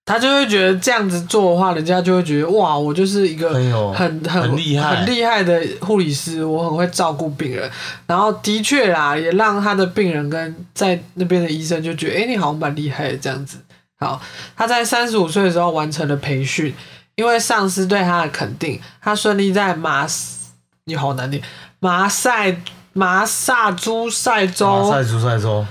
Speaker 1: 他就会觉得这样子做的话，人家就会觉得哇，我就是一个
Speaker 2: 很有
Speaker 1: 很
Speaker 2: 很厉害
Speaker 1: 很厉害的护理师，我很会照顾病人。然后的确啦，也让他的病人跟在那边的医生就觉得，哎、你好像蛮厉害的这样子。好，他在三十五岁的时候完成了培训，因为上司对他的肯定，他顺利在马斯，你好难念，马赛马萨诸塞州
Speaker 2: 马赛诸塞州，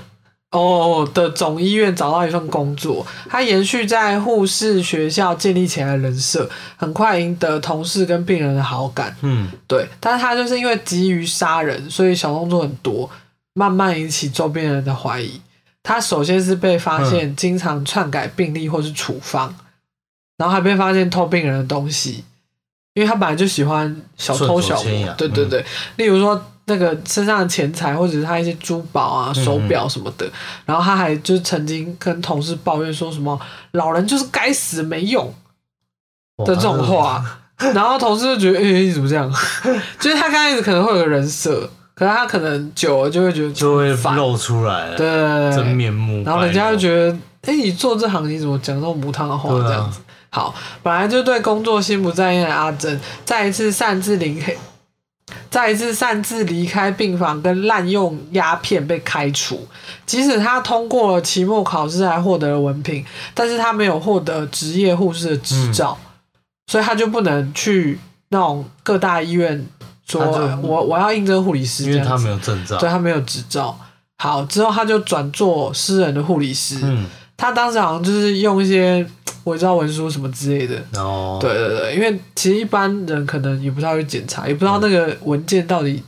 Speaker 1: 哦的总医院找到一份工作，他延续在护士学校建立起来的人设，很快赢得同事跟病人的好感。
Speaker 2: 嗯，
Speaker 1: 对，但是他就是因为急于杀人，所以小动作很多，慢慢引起周边人的怀疑。他首先是被发现经常篡改病历或是处方，然后还被发现偷病人的东西，因为他本来就喜欢小偷小
Speaker 2: 顺手牵
Speaker 1: 摸嗯
Speaker 2: 羊。
Speaker 1: 对对对，例如说那个身上的钱财或者是他一些珠宝啊、手表什么的，然后他还就是曾经跟同事抱怨说什么老人就是该死没用，
Speaker 2: 哇
Speaker 1: 的这种， 话，然后同事就觉得，哎、你怎么这样？就是他刚开始可能会有个人设，可是他可能久了就会觉得
Speaker 2: 这就会
Speaker 1: 烦，
Speaker 2: 露出来了，
Speaker 1: 对对
Speaker 2: 真
Speaker 1: 对对，
Speaker 2: 面嗯目。
Speaker 1: 然后人家就
Speaker 2: 得，
Speaker 1: 觉得，哎、你做这行你怎么讲这种母汤的话
Speaker 2: 对啊
Speaker 1: 这样子？好，本来就对工作心不在焉的阿珍，再一次擅自离开，再一次擅自离开病房，跟滥用鸦片被开除。即使他通过了期末考试，还获得了文凭，但是他没有获得职业护士的执照，
Speaker 2: 嗯
Speaker 1: 所以他就不能去那种各大医院说
Speaker 2: 他就
Speaker 1: 我我要应征护理师
Speaker 2: 因
Speaker 1: 这
Speaker 2: 为
Speaker 1: 样
Speaker 2: 他
Speaker 1: 子，
Speaker 2: 没有证照
Speaker 1: 对，他没有执照。好，之后他就转做私人的护理师。
Speaker 2: 嗯，
Speaker 1: 他当时好像就是用一些伪造文书什么之类的。
Speaker 2: 然后
Speaker 1: 对对对，因为其实一般人可能也不知道去检查，也不知
Speaker 2: 嗯
Speaker 1: 道那个文件到底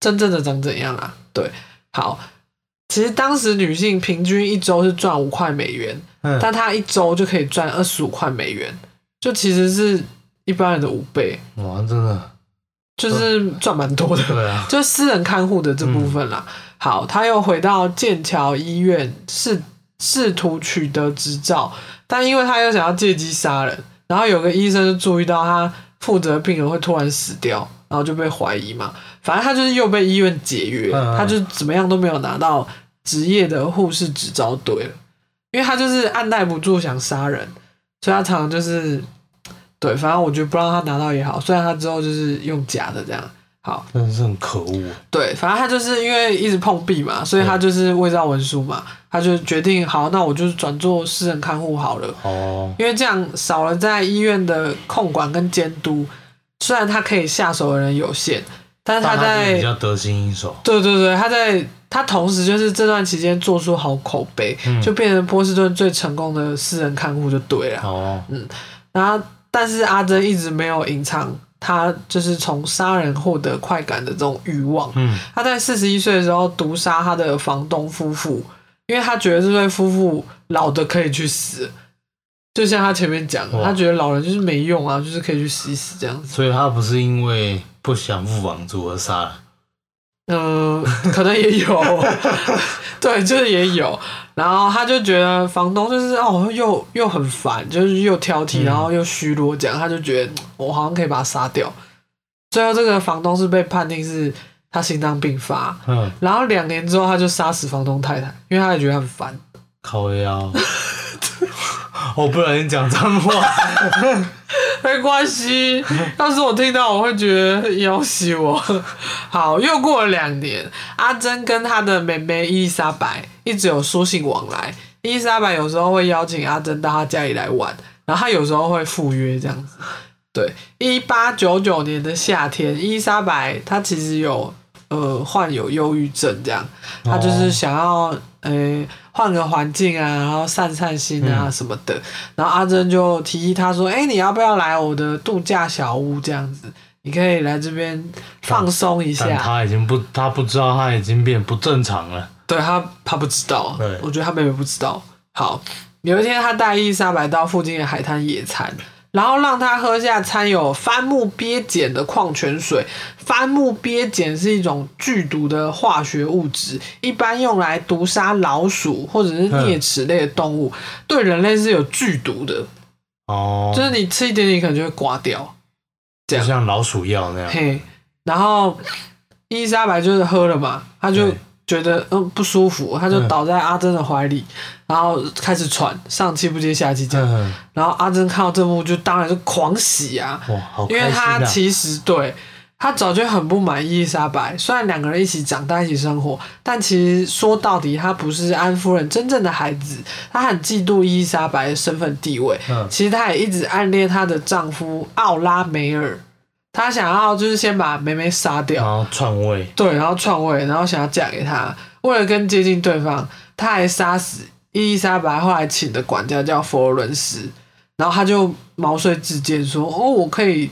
Speaker 1: 真正的长怎样啊。对，好，其实当时女性平均一周是赚五块美元，
Speaker 2: 嗯
Speaker 1: 但她一周就可以赚二十五块美元，就其实是一般人的五倍，
Speaker 2: 哇，真的，
Speaker 1: 就是
Speaker 2: 嗯
Speaker 1: 赚蛮多的。
Speaker 2: 对啊，
Speaker 1: 就私人看护的这部分啦。好，他又回到剑桥医院，试试图取得执照，但因为他又想要借机杀人，然后有个医生就注意到他负责病人会突然死掉，然后就被怀疑嘛。反正他就是又被医院解约，
Speaker 2: 嗯嗯
Speaker 1: 他就怎么样都没有拿到职业的护士执照，对了，因为他就是按耐不住想杀人，所以他常常就是。对，反正我觉得不让他拿到也好，虽然他之后就是用假的这样。好，
Speaker 2: 真的是很可恶。
Speaker 1: 对，反正他就是因为一直碰壁嘛，所以他就是伪造文书嘛，他就决定好，那我就是转做私人看护好了，
Speaker 2: 哦，
Speaker 1: 因为这样少了在医院的控管跟监督。虽然他可以下手的人有限，但是他
Speaker 2: 但他就
Speaker 1: 在
Speaker 2: 比较得心应手。
Speaker 1: 对对对，他在他同时就是这段期间做出好口碑，
Speaker 2: 嗯
Speaker 1: 就变成波士顿最成功的私人看护就对了。
Speaker 2: 哦，
Speaker 1: 然后，但是阿珍一直没有隐藏他就是从杀人获得快感的这种欲望，
Speaker 2: 嗯，
Speaker 1: 他在四十一岁的时候毒杀他的房东夫妇，因为他觉得这对夫妇老的可以去死，就像他前面讲的，
Speaker 2: 哇
Speaker 1: 他觉得老人就是没用啊，就是可以去死一死这样子。
Speaker 2: 所以他不是因为不想付房租而杀了，
Speaker 1: 嗯、可能也有， 对，就是也有。然后他就觉得房东就是哦，又又很烦，就是又挑剔，
Speaker 2: 嗯
Speaker 1: 然后又虚弱，这样他就觉得嗯我好像可以把他杀掉。最后这个房东是被判定是他心脏病发，
Speaker 2: 嗯，
Speaker 1: 然后两年之后他就杀死房东太太，因为他也觉得很烦。
Speaker 2: 靠腰， 我不小心讲脏 话，
Speaker 1: 没关 系，要是我听到，我会觉得要死我。好，又过了两年，阿珍跟她的妹妹伊丽莎白一直有书信往来。伊丽莎白有时候会邀请阿珍到她家里来玩，然后她有时候会赴约这样子。对，一八九九年的夏天，伊丽莎白她其实有呃患有忧郁症，这样，她就是想要呃换个环境啊，然后散散心啊
Speaker 2: 嗯
Speaker 1: 什么的。然后阿珍就提议她说：“哎、你要不要来我的度假小屋这样子？你可以来这边放松一
Speaker 2: 但
Speaker 1: 下。
Speaker 2: 他已经不，他不知道他已经变不正常了，
Speaker 1: 对”她她不知道
Speaker 2: 对，
Speaker 1: 我觉得她妹妹不知道。好，有一天她带伊丽莎白到附近的海滩野餐。然后让她喝下掺有番木鳖碱的矿泉水。番木鳖碱是一种剧毒的化学物质，一般用来毒杀老鼠或者
Speaker 2: 嗯
Speaker 1: 是啮齿类的动物，对人类是有剧毒的。
Speaker 2: 哦，
Speaker 1: 就是你吃一点点，可能就会挂掉。这
Speaker 2: 就
Speaker 1: 样
Speaker 2: 像老鼠药那样，
Speaker 1: 嘿，然后伊丽莎白就是喝了嘛，她就
Speaker 2: 对
Speaker 1: 觉得嗯不舒服，她就
Speaker 2: 嗯
Speaker 1: 倒在阿珍的怀里，然后开始喘，上气不接下气这样。
Speaker 2: 嗯，
Speaker 1: 然后阿珍看到这幕，就当然是狂喜啊，
Speaker 2: 哇，好
Speaker 1: 因为
Speaker 2: 开
Speaker 1: 她
Speaker 2: 心
Speaker 1: 其实对她早就很不满伊丽莎白，虽然两个人一起长大、一起生活，但其实说到底，她不是安夫人真正的孩子，她很嫉妒伊丽莎白的身份地位。
Speaker 2: 嗯
Speaker 1: 其实她也一直暗恋她的丈夫奥拉梅尔，她想要就是先把梅梅杀
Speaker 2: 啊，
Speaker 1: 掉，
Speaker 2: 然后篡位，
Speaker 1: 对，然后篡位，然后想要嫁给他。为了更接近对方，她还杀死伊丽莎白后来请的管家叫佛罗伦斯，然后她就毛遂自荐说：“哦，我可以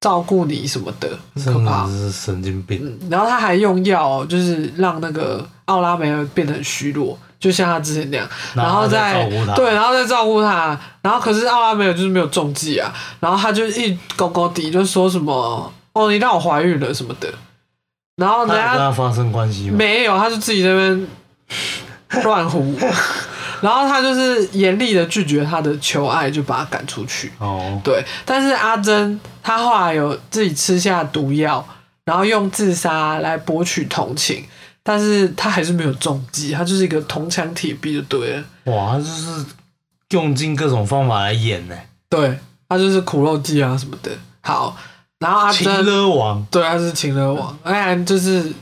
Speaker 1: 照顾你什么的，很可
Speaker 2: 真
Speaker 1: 怕嗯
Speaker 2: 的。是神经病，”
Speaker 1: 然后她还用药哦、就是让那个奥拉梅尔变得很虚弱，就像她之前那样，然
Speaker 2: 然
Speaker 1: 后
Speaker 2: 后
Speaker 1: 再
Speaker 2: 再照顾她
Speaker 1: 对，然后再照顾她。然后可是奥拉梅尔就是没有中计啊，然后她就一勾勾底就说什么：“哦，你让我怀孕了什么的。”然后
Speaker 2: 他
Speaker 1: 人
Speaker 2: 有跟
Speaker 1: 家
Speaker 2: 他发生关系吗？
Speaker 1: 没有，他就自己在那边乱胡，然后他就是严厉的拒绝他的求爱，就把他赶出去。
Speaker 2: 哦，
Speaker 1: 对，但是阿珍她后来有自己吃下毒药，然后用自杀来博取同情，但是她还是没有中计，她就是一个铜墙铁壁就对了。
Speaker 2: 哇，他就是用尽各种方法来演呢，
Speaker 1: 对，她就是苦肉计啊什么的。好，然后阿
Speaker 2: 情
Speaker 1: 珍
Speaker 2: 勒王，
Speaker 1: 对，他是情勒王，哎，就是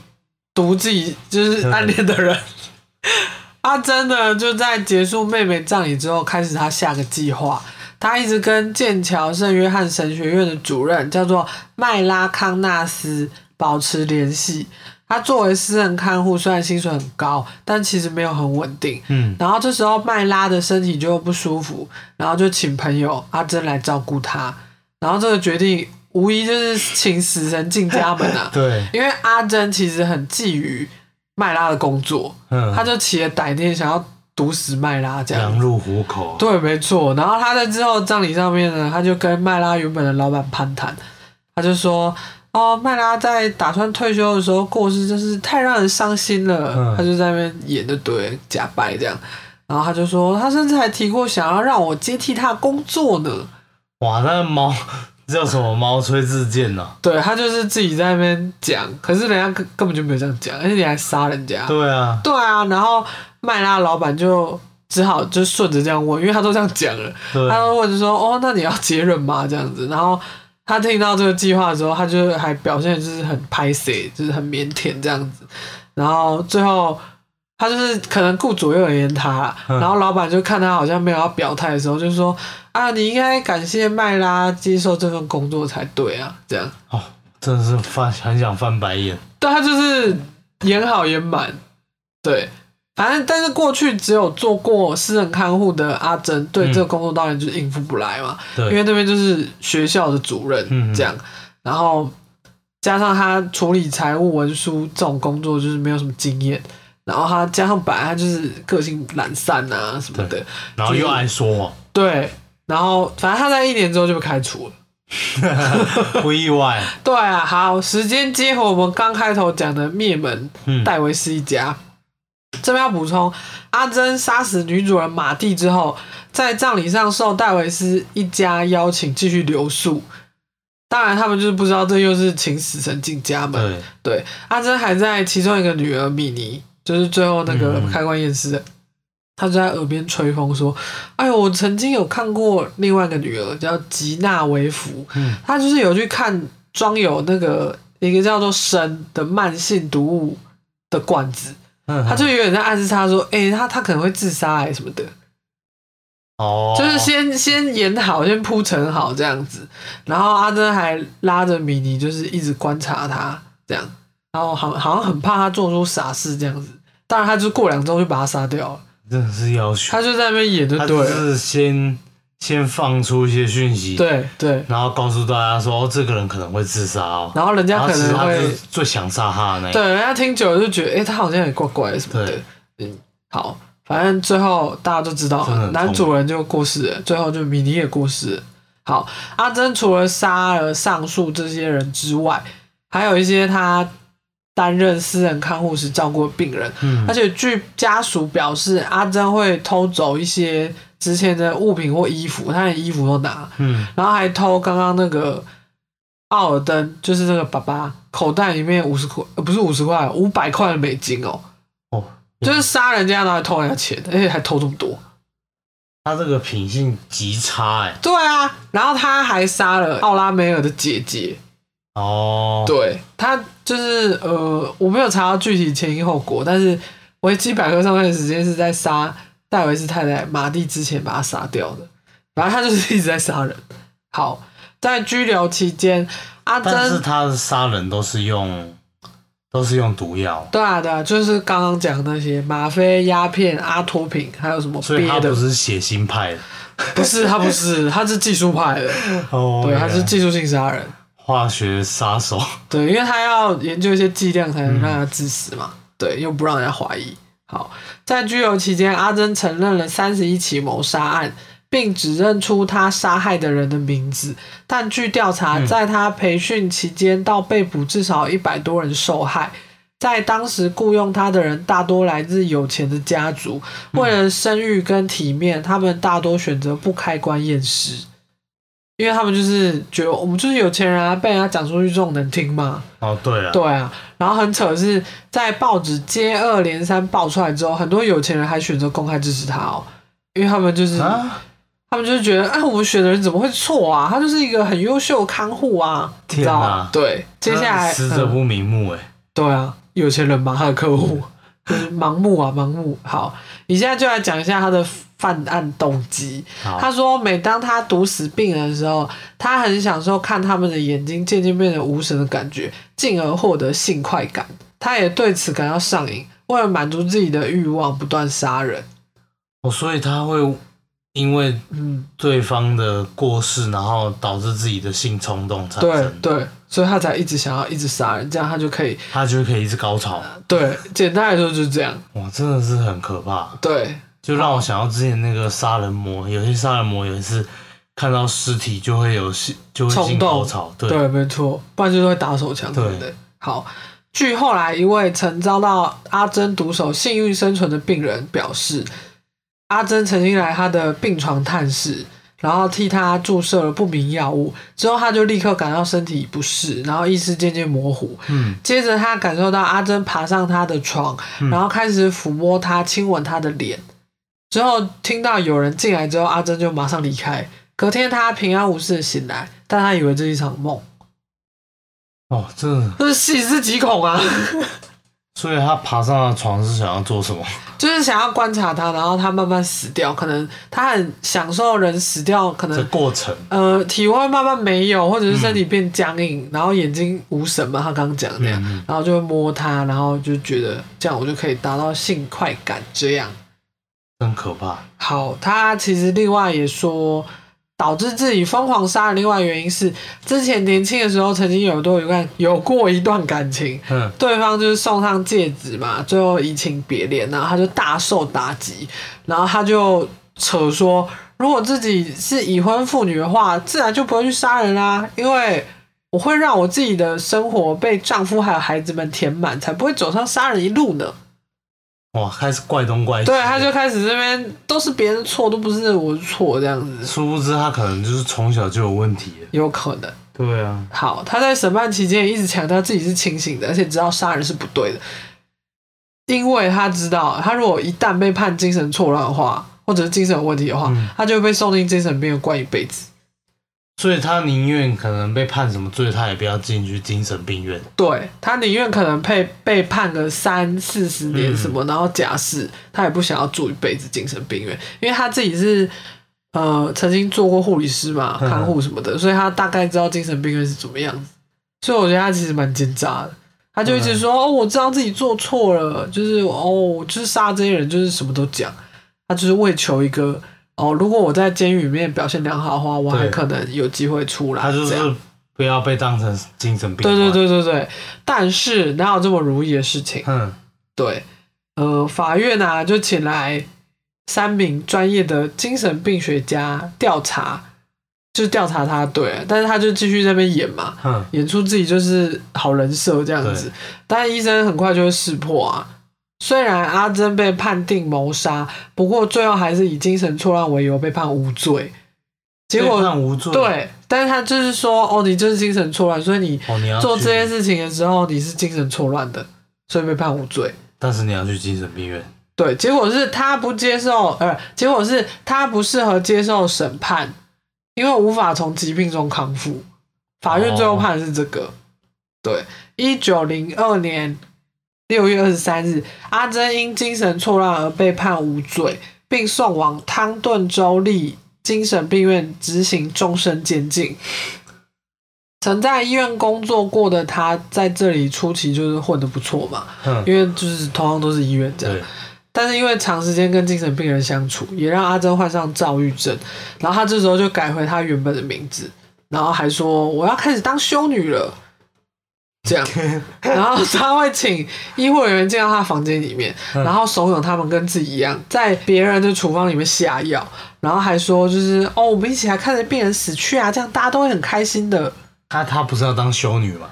Speaker 1: 毒计，就是暗恋的人。 阿珍呢，就在结束妹妹葬礼之后，开始她下个计划。她一直跟剑桥圣约翰神学院的主任叫做麦拉康纳斯保持联系。她作为私人看护，虽然薪水很高，但其实没有很稳定。
Speaker 2: 嗯，，
Speaker 1: 然后这时候麦拉的身体就不舒服，然后就请朋友阿珍来照顾她。然后这个决定无疑就是请死神进家门啊
Speaker 2: 对，
Speaker 1: 因为阿珍其实很觊觎麦拉的工作，
Speaker 2: 嗯，
Speaker 1: 她就起了歹念，想要毒死麦拉这
Speaker 2: 羊
Speaker 1: 样。
Speaker 2: 入虎口，
Speaker 1: 对，没错。然后她在之后葬礼上面呢，她就跟麦拉原本的老板攀谈，她就说。哦，麦拉在打算退休的时候过世，真是太让人伤心了。
Speaker 2: 嗯
Speaker 1: 她就在那边演的对假掰这样，然后她就说，她甚至还提过想要让我接替她的工作呢。
Speaker 2: 哇，那毛这叫什么毛吹自荐呢、
Speaker 1: 对他就是自己在那边讲，可是人家根根本就没有这样讲，而且你还杀人家。
Speaker 2: 对啊，
Speaker 1: 对啊，然后麦拉老板就只好就顺着这样问，因为他都这样讲了，
Speaker 2: 对
Speaker 1: 他就问说：“哦，那你要接任吗？”这样子，然后他听到这个计划之后，他就还表现得就是很拍 C，就是很腼腆这样子，然后最后。他就是可能顾左右而言他啦，
Speaker 2: 嗯
Speaker 1: 然后老板就看他好像没有要表态的时候，就说：“啊，你应该感谢麦拉接受这份工作才对啊。”这样，
Speaker 2: 哦，真的是翻很想翻白眼，
Speaker 1: 但他就是演好演满，对，反正但是过去只有做过私人看护的阿珍，对
Speaker 2: 嗯
Speaker 1: 这个工作当然就是应付不来嘛，
Speaker 2: 对
Speaker 1: 因为那边就是学校的主
Speaker 2: 嗯
Speaker 1: 任
Speaker 2: 嗯
Speaker 1: 这样，然后加上他处理财务文书这种工作就是没有什么经验，然后他加上本来他就是个性懒散啊什么的
Speaker 2: 对，然后又爱说谎，
Speaker 1: 对，然后反正他在一年之后就被开除了。
Speaker 2: 不意外。
Speaker 1: 对啊，好，时间接回我们刚开头讲的灭门
Speaker 2: 嗯，
Speaker 1: 戴维斯一家。这边要补充，阿珍杀死女主人马蒂之后，在葬礼上受戴维斯一家邀请继续留宿。当然，他们就是不知道这又是请死神进家门。
Speaker 2: 对，
Speaker 1: 对，阿珍还在其中一个女儿米妮，就是最后那个
Speaker 2: 嗯
Speaker 1: 开棺验尸的，她就在耳边吹风说：“哎呦，我曾经有看过另外一个女儿叫吉娜维芙，
Speaker 2: 嗯
Speaker 1: 她就是有去看装有那个一个叫做砷的慢性毒物的罐子，
Speaker 2: 嗯
Speaker 1: 她就有点在暗示她说，哎、她她可能会自杀哎、什么的。”
Speaker 2: 哦，
Speaker 1: 就是先先演好，先铺陈好这样子，然后阿珍还拉着米妮，就是一直观察她这样，然后好好像很怕她做出傻事这样子。当然，他就过两周就把她杀掉了，
Speaker 2: 真的是要求
Speaker 1: 他，就在那边演就
Speaker 2: 他
Speaker 1: 对
Speaker 2: 就
Speaker 1: 了，
Speaker 2: 是先先放出一些讯息，，
Speaker 1: 对对。
Speaker 2: 然后告诉大家说，哦，这个人可能会自杀哦，
Speaker 1: 然后人家
Speaker 2: 然后
Speaker 1: 可
Speaker 2: 其实
Speaker 1: 能
Speaker 2: 他就
Speaker 1: 会
Speaker 2: 是最想杀他的那一个
Speaker 1: 对，人家听久了就觉得，哎、他好像也怪怪的什么的
Speaker 2: 对。
Speaker 1: 嗯，好，反正最后大家都知道
Speaker 2: 真的很，痛
Speaker 1: 男主人就过世了，最后就米妮也过世了。好，阿珍除了杀了上述这些人之外，还有一些他担任私人看护时照顾的病人，
Speaker 2: 嗯
Speaker 1: 而且据家属表示，阿珍会偷走一些之前的物品或衣服，他连衣服都拿，
Speaker 2: 嗯，
Speaker 1: 然后还偷刚刚那个奥尔登，就是那个爸爸口袋里面五十块，呃不是五十块，五百块的美金哦，
Speaker 2: 哦，
Speaker 1: 就是杀人家然后还偷人家钱，而且还偷这么多。
Speaker 2: 他这个品性极差哎、
Speaker 1: 对啊，然后他还杀了奥拉梅尔的姐姐，
Speaker 2: 哦，
Speaker 1: 对他就是呃，我没有查到具体前因后果，但是维基百科上面的时间是在杀戴维斯太太马蒂之前把他杀掉的，反正他就是一直在杀人。好，在拘留期间，阿珍
Speaker 2: 但是他的杀人都是用都是用毒药，
Speaker 1: 对啊，对啊，就是刚刚讲那些吗啡、鸦片、阿托品，还有什么
Speaker 2: 所以
Speaker 1: 别
Speaker 2: 他
Speaker 1: 的？
Speaker 2: 不是血腥派的，
Speaker 1: 不是，他不是，他是技术派的，
Speaker 2: 哦
Speaker 1: 对，他是
Speaker 2: 原来
Speaker 1: 技术性杀人，
Speaker 2: 化学杀手，
Speaker 1: 对，因为他要研究一些剂量才能让他致死嘛，对，又不让人家怀疑。好，在拘留期间，阿珍承认了三十一起谋杀案，并指认出他杀害的人的名字。但据调查，在他培训期间到被捕，至少一百多人受害。在当时雇佣他的人大多来自有钱的家族，为了声誉跟体面，他们大多选择不开棺验尸，因为他们就是觉得我们就是有钱人啊，被人家讲出去这种能听吗？
Speaker 2: 哦，对了，
Speaker 1: 对啊，然后很扯的是，在报纸接二连三爆出来之后，很多有钱人还选择公开支持他哦，因为他们就是、
Speaker 2: 啊，
Speaker 1: 他们就是觉得，哎，我们选的人怎么会错啊？他就是一个很优秀的看护啊，你知
Speaker 2: 天
Speaker 1: 道
Speaker 2: 哪
Speaker 1: 吗？对，接下来
Speaker 2: 他死者
Speaker 1: 嗯
Speaker 2: 不瞑目哎、
Speaker 1: 对啊，有钱人嘛，他的客 户就是盲目啊，盲目。好，你现在就来讲一下他的犯案动机。
Speaker 2: 好
Speaker 1: 他说，每当他毒死病人的时候，他很享受看他们的眼睛渐渐变得无神的感觉，进而获得性快感。他也对此感到上瘾，为了满足自己的欲望，不断杀人。
Speaker 2: 哦，所以他会因为
Speaker 1: 嗯，
Speaker 2: 对方的过世，然后导致自己的性冲动产
Speaker 1: 对
Speaker 2: 生，
Speaker 1: 对，所以他才一直想要一直杀人，这样他就可以。
Speaker 2: 他就可以一直高潮，
Speaker 1: 对，简单来说就是这样。
Speaker 2: 哇，真的是很可怕，
Speaker 1: 对，
Speaker 2: 就让我想到之前那个杀人魔，有些杀人魔也是看到尸体就会有性就会
Speaker 1: 冲
Speaker 2: 性
Speaker 1: 动
Speaker 2: 高潮，对
Speaker 1: 没错，不然就是会打手枪，对
Speaker 2: 对
Speaker 1: 不对？好，据后来一位曾遭到阿珍毒手幸运生存的病人表示，阿珍曾经来他的病床探视，然后替他注射了不明药物，之后他就立刻感到身体不适，然后意识渐渐模糊。
Speaker 2: 嗯，
Speaker 1: 接着他感受到阿珍爬上他的床，然后开始抚摸他、亲吻他的脸。之后听到有人进来之后，阿珍就马上离开。隔天他平安无事的醒来，但他以为这是一场梦，
Speaker 2: 哦，真的，
Speaker 1: 这是细思极恐啊！
Speaker 2: 所以他爬上了床是想要做什么？
Speaker 1: 就是想要观察他，然后他慢慢死掉。可能他很享受人死掉，可
Speaker 2: 这
Speaker 1: 能
Speaker 2: 过程，
Speaker 1: 呃体温慢慢没有，或者是身体变僵硬，然后眼睛无神嘛，他刚刚讲的那样，
Speaker 2: 嗯嗯
Speaker 1: 然后就会摸他，然后就觉得这样我就可以达到性快感这样。
Speaker 2: 真可怕。
Speaker 1: 好，他其实另外也说，导致自己疯狂杀人。另外原因是，之前年轻的时候曾经有多一段有过一段感情，
Speaker 2: 嗯
Speaker 1: 对方就是送上戒指嘛，最后移情别恋，然后他就大受打击，然后他就扯说，如果自己是已婚妇女的话，自然就不会去杀人啦、因为我会让我自己的生活被丈夫还有孩子们填满，才不会走上杀人一路呢。
Speaker 2: 哇，开始怪东怪西。
Speaker 1: 对，他就开始这边都是别人的错，都不是我的错这样子，
Speaker 2: 殊不知他可能就是从小就有问题了。
Speaker 1: 有可能。
Speaker 2: 对啊，
Speaker 1: 好，他在审判期间也一直强调自己是清醒的，而且知道杀人是不对的，因为他知道，他如果一旦被判精神错乱的话，或者是精神有问题的话，
Speaker 2: 嗯
Speaker 1: 他就会被送进精神病院关一辈子。
Speaker 2: 所以他宁愿可能被判什么罪，他也不要进去精神病院。
Speaker 1: 对他宁愿可能被被判个三四十年什
Speaker 2: 嗯
Speaker 1: 么，然后假释，他也不想要住一辈子精神病院，因为他自己是呃曾经做过护理师嘛，
Speaker 2: 嗯
Speaker 1: 看护什么的，所以他大概知道精神病院是怎么样子。所以我觉得他其实蛮奸诈的，他就一直说、
Speaker 2: 嗯
Speaker 1: 哦，我知道自己做错了，就是哦，就是杀这些人，就是什么都讲，他就是为求一个哦，如果我在监狱里面表现良好的话，我还
Speaker 2: 对
Speaker 1: 可能有机会出来。
Speaker 2: 他就
Speaker 1: 这样
Speaker 2: 是不要被当成精神病。
Speaker 1: 对对，对对对，但是哪有这么如意的事情？
Speaker 2: 嗯，
Speaker 1: 对，呃，法院呢、就请来三名专业的精神病学家调查，就调查他对，但是他就继续在那边演嘛，
Speaker 2: 哼，
Speaker 1: 演出自己就是好人设这样子
Speaker 2: 对。
Speaker 1: 但医生很快就会识破啊。虽然阿珍被判定谋杀，不过最后还是以精神错乱为由被判无罪。结果
Speaker 2: 被判无罪。，
Speaker 1: 对，但是他就是说，哦，你就是精神错乱，所以你
Speaker 2: 哦，你要
Speaker 1: 做这些
Speaker 2: 事，
Speaker 1: 事情的时候，你是精神错乱的，所以被判无罪。
Speaker 2: 但是你要去精神病院。
Speaker 1: 对，结果是他不接受，呃，结果是他不适合接受审判，因为无法从疾病中康复。法院最后判的是这个。对，一九零二年六月二十三日，阿珍因精神错乱而被判无罪，并送往汤顿州立精神病院执行终身监禁。曾在医院工作过的他，在这里初期就是混得不错嘛，
Speaker 2: 哼，
Speaker 1: 因为就是同样都是医院这样。
Speaker 2: 对，
Speaker 1: 但是因为长时间跟精神病人相处，也让阿珍患上躁郁症。然后她这时候就改回她原本的名字，然后还说我要开始当修女了，这样。然后她会请医护人员进到她房间里面，
Speaker 2: 嗯
Speaker 1: 然后怂恿他们跟自己一样，在别人的处方里面下药，然后还说就是哦，我们一起来看着病人死去啊，这样大家都会很开心的。
Speaker 2: 他他不是要当修女嘛？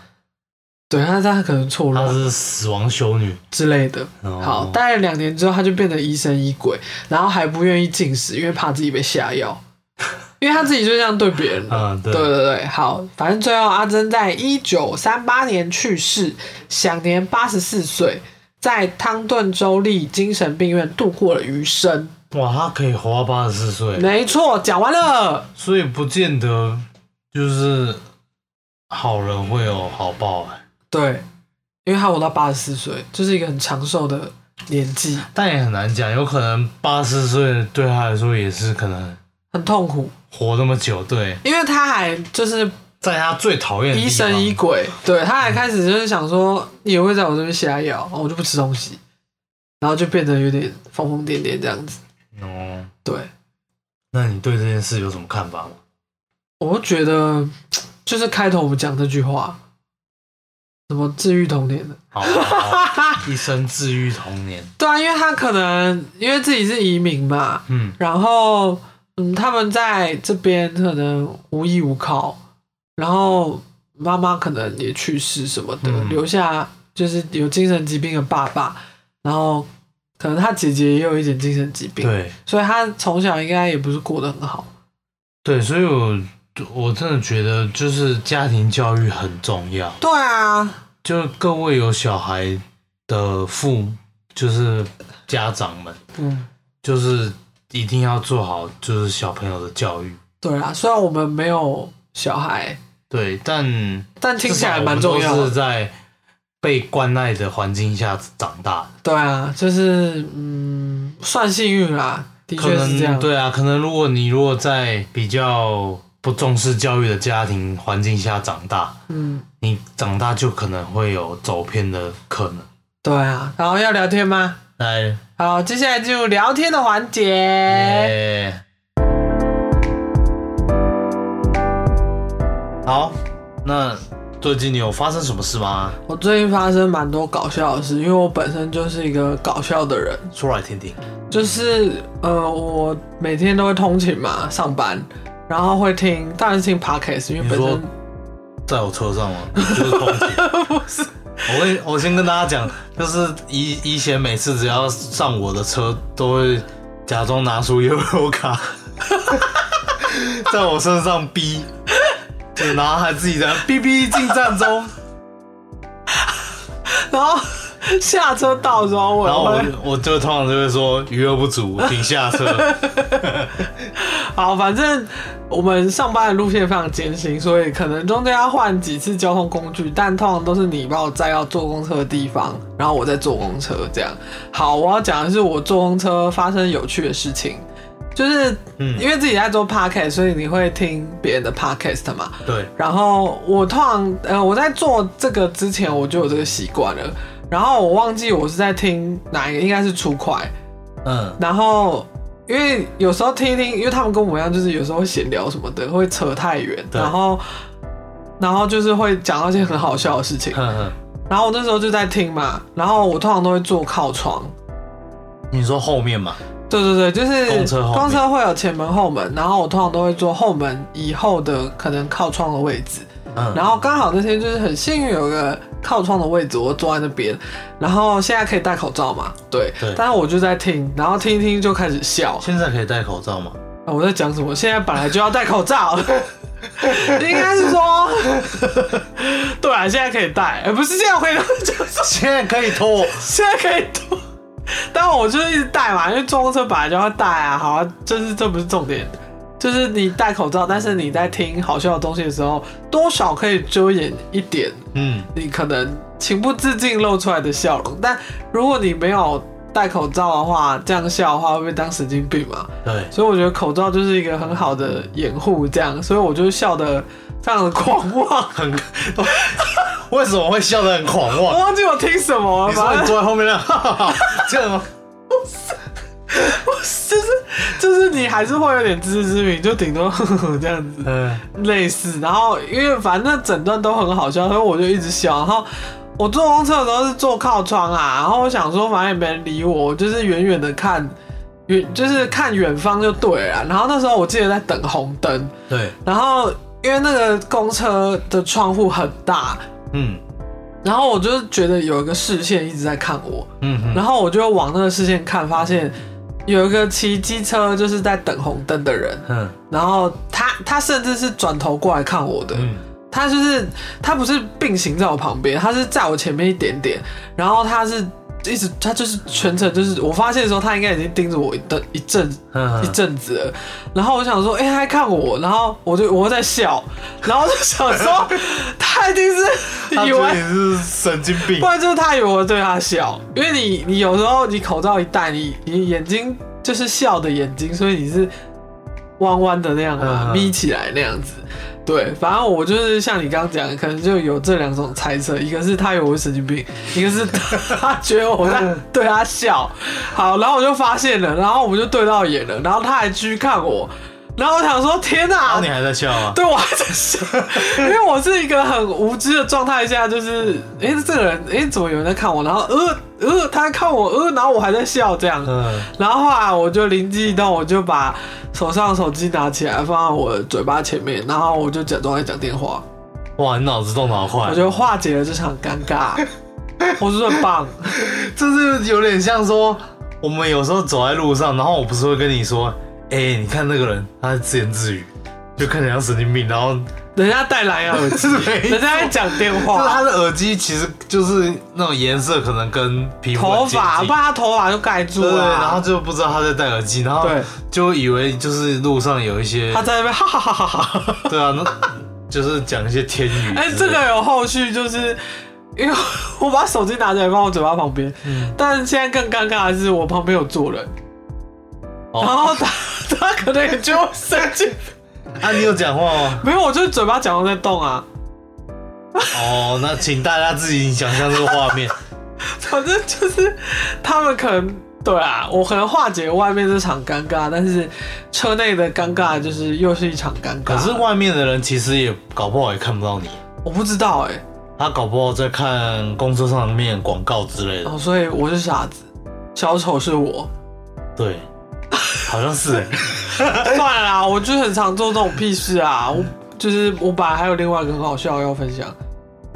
Speaker 1: 对，他他可能错
Speaker 2: 他
Speaker 1: 乱
Speaker 2: 是死亡修女。
Speaker 1: 之类的。
Speaker 2: 哦
Speaker 1: 好，待了两年之后，他就变得疑神疑鬼，然后还不愿意进食，因为怕自己被下药， 因为他自己就这样对别人的。
Speaker 2: 嗯对
Speaker 1: 对对对，好，反正最后阿珍在一九三八年去世，享年八十四岁，在汤顿州立精神病院度过了余生。
Speaker 2: 哇，他可以活到八十四岁，
Speaker 1: 没错，讲完了。
Speaker 2: 所以不见得就是好人会有好报哎、
Speaker 1: 对，因为他活到八十四岁，就是一个很长寿的年纪，
Speaker 2: 但也很难讲，有可能八十岁对他来说也是可能
Speaker 1: 很痛苦，
Speaker 2: 活那么久，对，
Speaker 1: 因为他还就是
Speaker 2: 在他最讨厌的地
Speaker 1: 疑
Speaker 2: 方
Speaker 1: 神疑鬼，对，他还开始就是想说，你也会在我这边下药，哦我就不吃东西，然后就变得有点疯疯癫癫这样子。
Speaker 2: 哦。
Speaker 1: 对，
Speaker 2: 那你对这件事有什么看法吗？
Speaker 1: 我就觉得就是开头我们讲这句话，什么治愈童年的，
Speaker 2: 好，好 好一生治愈童年。
Speaker 1: 对啊，因为他可能因为自己是移民嘛，
Speaker 2: 嗯，
Speaker 1: 然后嗯，他们在这边可能无依无靠，然后妈妈可能也去世什么的，
Speaker 2: 嗯
Speaker 1: 留下就是有精神疾病的爸爸，然后可能他姐姐也有一点精神疾病，
Speaker 2: 对
Speaker 1: 所以他从小应该也不是过得很好。
Speaker 2: 对，所以我我真的觉得就是家庭教育很重要。
Speaker 1: 对啊，
Speaker 2: 就各位有小孩的父母，就是家长们，
Speaker 1: 嗯，
Speaker 2: 就是一定要做好就是小朋友的教育。
Speaker 1: 对啊，虽然我们没有小孩，
Speaker 2: 对，但
Speaker 1: 但听起来蛮重
Speaker 2: 至少
Speaker 1: 要
Speaker 2: 我们都
Speaker 1: 的
Speaker 2: 是。在被关爱的环境下长大的，
Speaker 1: 对啊，就是嗯，算幸运啦，的
Speaker 2: 可
Speaker 1: 确是这样
Speaker 2: 能。对啊，可能如果你如果在比较不重视教育的家庭环境下长大，
Speaker 1: 嗯，
Speaker 2: 你长大就可能会有走偏的可能。
Speaker 1: 对啊。然后要聊天吗？
Speaker 2: 来，
Speaker 1: 好，接下来进入聊天的环节。
Speaker 2: 耶好，那最近你有发生什么事吗？
Speaker 1: 我最近发生蛮多搞笑的事，因为我本身就是一个搞笑的人，
Speaker 2: 说来听听。
Speaker 1: 就是呃，我每天都会通勤嘛，上班，然后会听，当然是听 podcast，因为
Speaker 2: 你
Speaker 1: 本
Speaker 2: 说
Speaker 1: 身
Speaker 2: 在我车上吗？就是空姐。我跟我先跟大家讲，就是以以前每次只要上我的车，都会假装拿出悠游卡，在我身上逼，就然后还自己在那 哔哔进站中，
Speaker 1: 然后下车到的时候，我
Speaker 2: 然后
Speaker 1: 也
Speaker 2: 我
Speaker 1: 会
Speaker 2: 就我就通常就会说余额不足，请下车。
Speaker 1: 好，反正我们上班的路线非常艰辛，所以可能中间要换几次交通工具，但通常都是你把我载到坐公车的地方，然后我再坐公车这样。好，我要讲的是我坐公车发生有趣的事情，就是
Speaker 2: 嗯
Speaker 1: 因为自己在做 podcast，所以你会听别人的 podcast 嘛。
Speaker 2: 对，
Speaker 1: 然后我通常呃我在做这个之前我就有这个习惯了，然后我忘记我是在听哪一个，应该是出快。
Speaker 2: 嗯，
Speaker 1: 然后因为有时候听一听，因为他们跟我一样，就是有时候会闲聊什么的，会扯太远，
Speaker 2: 对
Speaker 1: 然后然后就是会讲到一些很好笑的事 情。
Speaker 2: 哼哼
Speaker 1: 然后我那时候就在听嘛，然后我通常都会坐靠窗。
Speaker 2: 你说后面嘛，
Speaker 1: 对对对，就是
Speaker 2: 公车后面
Speaker 1: 公车会有前门、后门，然后我通常都会坐后门以后的可能靠窗的位置。
Speaker 2: 嗯，
Speaker 1: 然后刚好那天就是很幸运有个靠窗的位置，我坐在那边。然后现在可以戴口罩嘛？对。
Speaker 2: 对
Speaker 1: 但是我就在听，然后听一听就开始笑。
Speaker 2: 现在可以戴口罩吗？
Speaker 1: 啊，我在讲什么？现在本来就要戴口罩， 应该是说，对啊，现在可以戴，呃，不是现在回到 就是
Speaker 2: 现在可以脱，
Speaker 1: 现在可以脱，但我就是一直戴嘛，因为坐公车本来就要戴啊，好啊，就是这不是重点，就是你戴口罩，但是你在听好笑的东西的时候，多少可以遮掩一点
Speaker 2: 嗯，
Speaker 1: 你可能情不自禁露出来的笑容，但如果你没有戴口罩的话，这样笑的话会被当神经病嘛？
Speaker 2: 对，
Speaker 1: 所以我觉得口罩就是一个很好的掩护，这样，所以我就笑得非常的狂妄。
Speaker 2: 很，为什么会笑得很狂妄
Speaker 1: 我？ 忘记我听什么了，
Speaker 2: 你说
Speaker 1: 反
Speaker 2: 你
Speaker 1: 正
Speaker 2: 坐在后面那，哈哈哈， 这样 吗？
Speaker 1: 就是就是你还是会有点自知之明，就顶多呵呵这样子
Speaker 2: 嗯，
Speaker 1: 类似。然后因为反正整段都很好笑，所以我就一直笑。然后我坐公车的时候是坐靠窗啊，然后我想说反正也没人理我，我就是远远的看，远就是看远方就对了啊。然后那时候我记得在等红灯，
Speaker 2: 对，
Speaker 1: 然后因为那个公车的窗户很大，
Speaker 2: 嗯
Speaker 1: 然后我就觉得有一个视线一直在看我，
Speaker 2: 嗯嗯，
Speaker 1: 然后我就往那个视线看，发现有一个骑机车就是在等红灯的人，
Speaker 2: 嗯
Speaker 1: 然后他他甚至是转头过来看我的，
Speaker 2: 嗯，
Speaker 1: 他就是他不是并行在我旁边，他是在我前面一点点，然后他是。一直他就是全程就是我发现的时候，他应该已经盯着我一阵一阵
Speaker 2: 嗯
Speaker 1: 一阵子了，然后我想说，哎、他在看我，然后我就我在笑，然后就 想说，他一定是
Speaker 2: 他
Speaker 1: 以
Speaker 2: 觉得
Speaker 1: 为
Speaker 2: 你是神经病
Speaker 1: 不，然就是他以为我对他笑，因为你你有时候你口罩一戴，你你眼睛就是笑的眼睛，所以你是弯弯的那样嘛，
Speaker 2: 嗯
Speaker 1: 眯起来那样子。对，反正我就是像你刚刚讲的，可能就有这两种猜测，一个是他以为我是神经病，一个是他 觉得我在对他笑。好，然后我就发现了，然后我们就对到眼了，然后他还继续看我，然后我想说天哪、
Speaker 2: 然后你还在笑啊？
Speaker 1: 对，我还在想，因为我是一个很无知的状态下，就是，哎、这个人，哎、怎么有人在看我？然后，呃呃，他在看我，呃，然后我还在笑这样。
Speaker 2: 嗯，
Speaker 1: 然后后来我就灵机一动，我就把手上的手机拿起来放在我的嘴巴前面，然后我就假装在讲电话，
Speaker 2: 哇，你脑子动得好快
Speaker 1: 我，就化解了这场尴尬。我是很棒，
Speaker 2: 这是有点像说，我们有时候走在路上，然后我不是会跟你说，哎，你看那个人，他在自言自语，就看起来像神经病，然后
Speaker 1: 人家戴蓝牙耳机，
Speaker 2: 是没
Speaker 1: 人家在讲电
Speaker 2: 就是
Speaker 1: 话
Speaker 2: 他，的耳机其实就是那种颜色可能跟皮肤很
Speaker 1: 头发，
Speaker 2: 接近
Speaker 1: 不然他头发就盖住
Speaker 2: 对，
Speaker 1: 了啊、
Speaker 2: 然后就不知道他在戴耳机，然后
Speaker 1: 对
Speaker 2: 就以为就是路上有一些
Speaker 1: 他，在那边哈哈哈哈哈哈。
Speaker 2: 对啊，那就是讲一些天语。
Speaker 1: 哎、这个，有后续，就是因为我把手机拿起来放我嘴巴旁边，
Speaker 2: 嗯，
Speaker 1: 但现在更尴尬的是我旁边有坐人，
Speaker 2: 哦，
Speaker 1: 然后他他可能也就生气，
Speaker 2: 啊，你有讲话吗？
Speaker 1: 没有，我就是嘴巴讲话在动啊，
Speaker 2: 哦， 那请大家自己想象这个画面。
Speaker 1: 反正就是他们可能对啊，我可能化解外面这场尴尬，但是车内的尴尬就是又是一场尴尬。
Speaker 2: 可是外面的人其实也搞不好也看不到你，
Speaker 1: 我不知道哎、
Speaker 2: 他搞不好在看公车上面广告之类的。
Speaker 1: 哦，所以我是傻子，小丑是我。
Speaker 2: 对，好像 是哎、
Speaker 1: 算了啦，我就很常做这种屁事啊。我就是我本来还有另外一个很好笑的要分享，